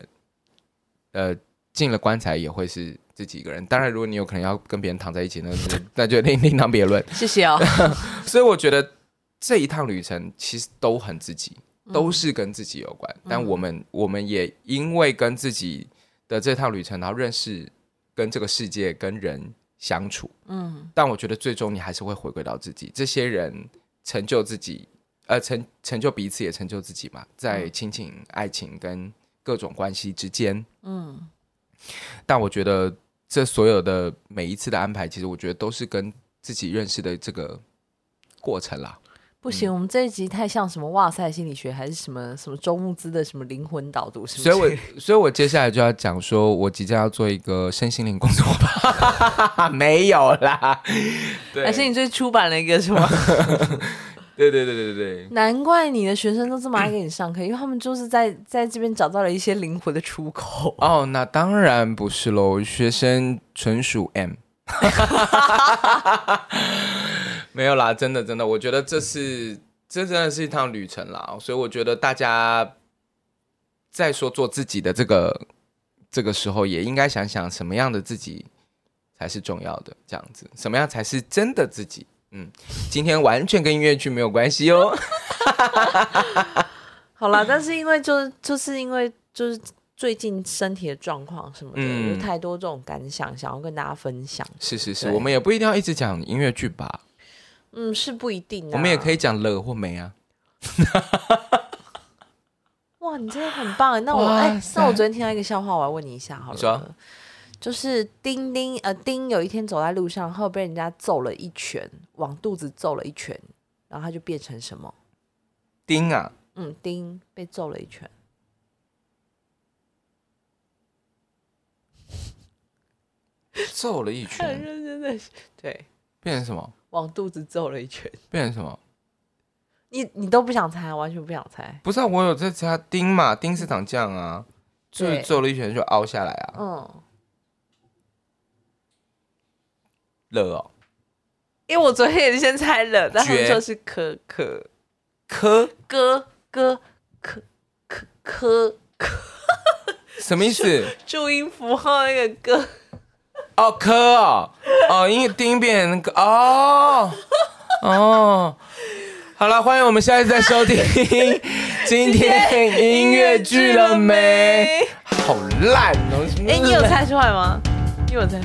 [SPEAKER 2] 呃，进了棺材也会是自己一个人。当然，如果你有可能要跟别人躺在一起，那那那就另另当别论。
[SPEAKER 1] 谢谢哦。
[SPEAKER 2] 所以我觉得这一趟旅程其实都很自己， 都
[SPEAKER 1] 嗯
[SPEAKER 2] 是跟自己有关。但我们我们也因为跟自己的这趟旅程，然后认识跟这个世界、跟人相处。
[SPEAKER 1] 嗯，
[SPEAKER 2] 但我觉得最终你还是会回归到自己。这些人成就自己，呃，成成就彼此，也成就自己嘛，在亲情、爱情跟各种关系之间。
[SPEAKER 1] 嗯，
[SPEAKER 2] 但我觉得这所有的每一次的安排，其实我觉得都是跟自己认识的这个过程啦。
[SPEAKER 1] 不行，
[SPEAKER 2] 嗯
[SPEAKER 1] 我们这一集太像什么哇塞心理学，还是什么什么周牧之的什么灵魂导读什么之
[SPEAKER 2] 所以
[SPEAKER 1] 类 的。
[SPEAKER 2] 我，所以我接下来就要讲说，我即将要做一个身心灵工作吧， 没有啦。 对，
[SPEAKER 1] 还是你最出版了一个什 么？
[SPEAKER 2] 对对对对对对，
[SPEAKER 1] 难怪你的学生都这么爱给你上课，因为他们就是在在这边找到了一些灵魂的出口。
[SPEAKER 2] 哦，那当然不是喽，学生纯属 M。没有啦，真的真的，我觉得这是这真的是一趟旅程啦，所以我觉得大家在说做自己的这个这个时候，也应该想想什么样的自己才是重要的，这样子，什么样才是真的自己。嗯，今天完全跟音乐剧没有关系 哦。
[SPEAKER 1] 好啦，但是因为就是就是因为就是最近身体的状况什么的，
[SPEAKER 2] 嗯
[SPEAKER 1] 有太多这种感想，想要跟大家分享。
[SPEAKER 2] 是是是，
[SPEAKER 1] 对
[SPEAKER 2] 我们也不一定要一直讲音乐剧吧，
[SPEAKER 1] 嗯，是不一定、啊。
[SPEAKER 2] 我们也可以。讲乐或美啊。
[SPEAKER 1] 哇，你真的很棒耶！那我
[SPEAKER 2] 哇
[SPEAKER 1] 哎、
[SPEAKER 2] 塞
[SPEAKER 1] 那我昨天听到一个笑话，我来问你一下好
[SPEAKER 2] 你说
[SPEAKER 1] 了。就是丁丁呃丁有一天走在路上，然后被人家揍了一拳，往肚子揍了一拳，然后他就变成什么？
[SPEAKER 2] 丁啊，
[SPEAKER 1] 嗯，丁被揍了一 拳。
[SPEAKER 2] 揍了一
[SPEAKER 1] 很
[SPEAKER 2] 拳，
[SPEAKER 1] 认真的，对，
[SPEAKER 2] 变成什么？
[SPEAKER 1] 往肚子揍了一拳。
[SPEAKER 2] 变成什么？
[SPEAKER 1] 你你都不想猜，完全不想猜。
[SPEAKER 2] 不是、啊，我有在猜丁嘛，丁是长这样啊，就是
[SPEAKER 1] 对
[SPEAKER 2] 揍了一拳就凹下来啊，
[SPEAKER 1] 嗯，
[SPEAKER 2] 乐哦，
[SPEAKER 1] 因为我昨天也是先猜了，但他们
[SPEAKER 2] 绝
[SPEAKER 1] 说是科科
[SPEAKER 2] 科
[SPEAKER 1] 哥哥科科科
[SPEAKER 2] 什么意思？
[SPEAKER 1] 注音符号那个哥，
[SPEAKER 2] 哦，科哦，哦，因为丁变成那个哦哦。好了，欢迎我们下一次再 收听今天音乐剧了没？？好烂哦！
[SPEAKER 1] 哎、你有猜出来吗？你有猜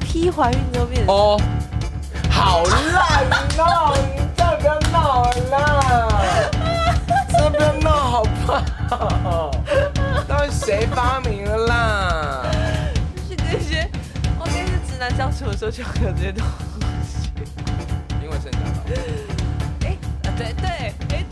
[SPEAKER 1] ？P 怀孕之后变成
[SPEAKER 2] 哦，好烂哦！你再不要闹了啦，再不要闹好不好？到底谁发明了啦？
[SPEAKER 1] 就是这些，我跟是直男相处的时候就会有这些东西。
[SPEAKER 2] 因为生长
[SPEAKER 1] 哎、啊对对，哎、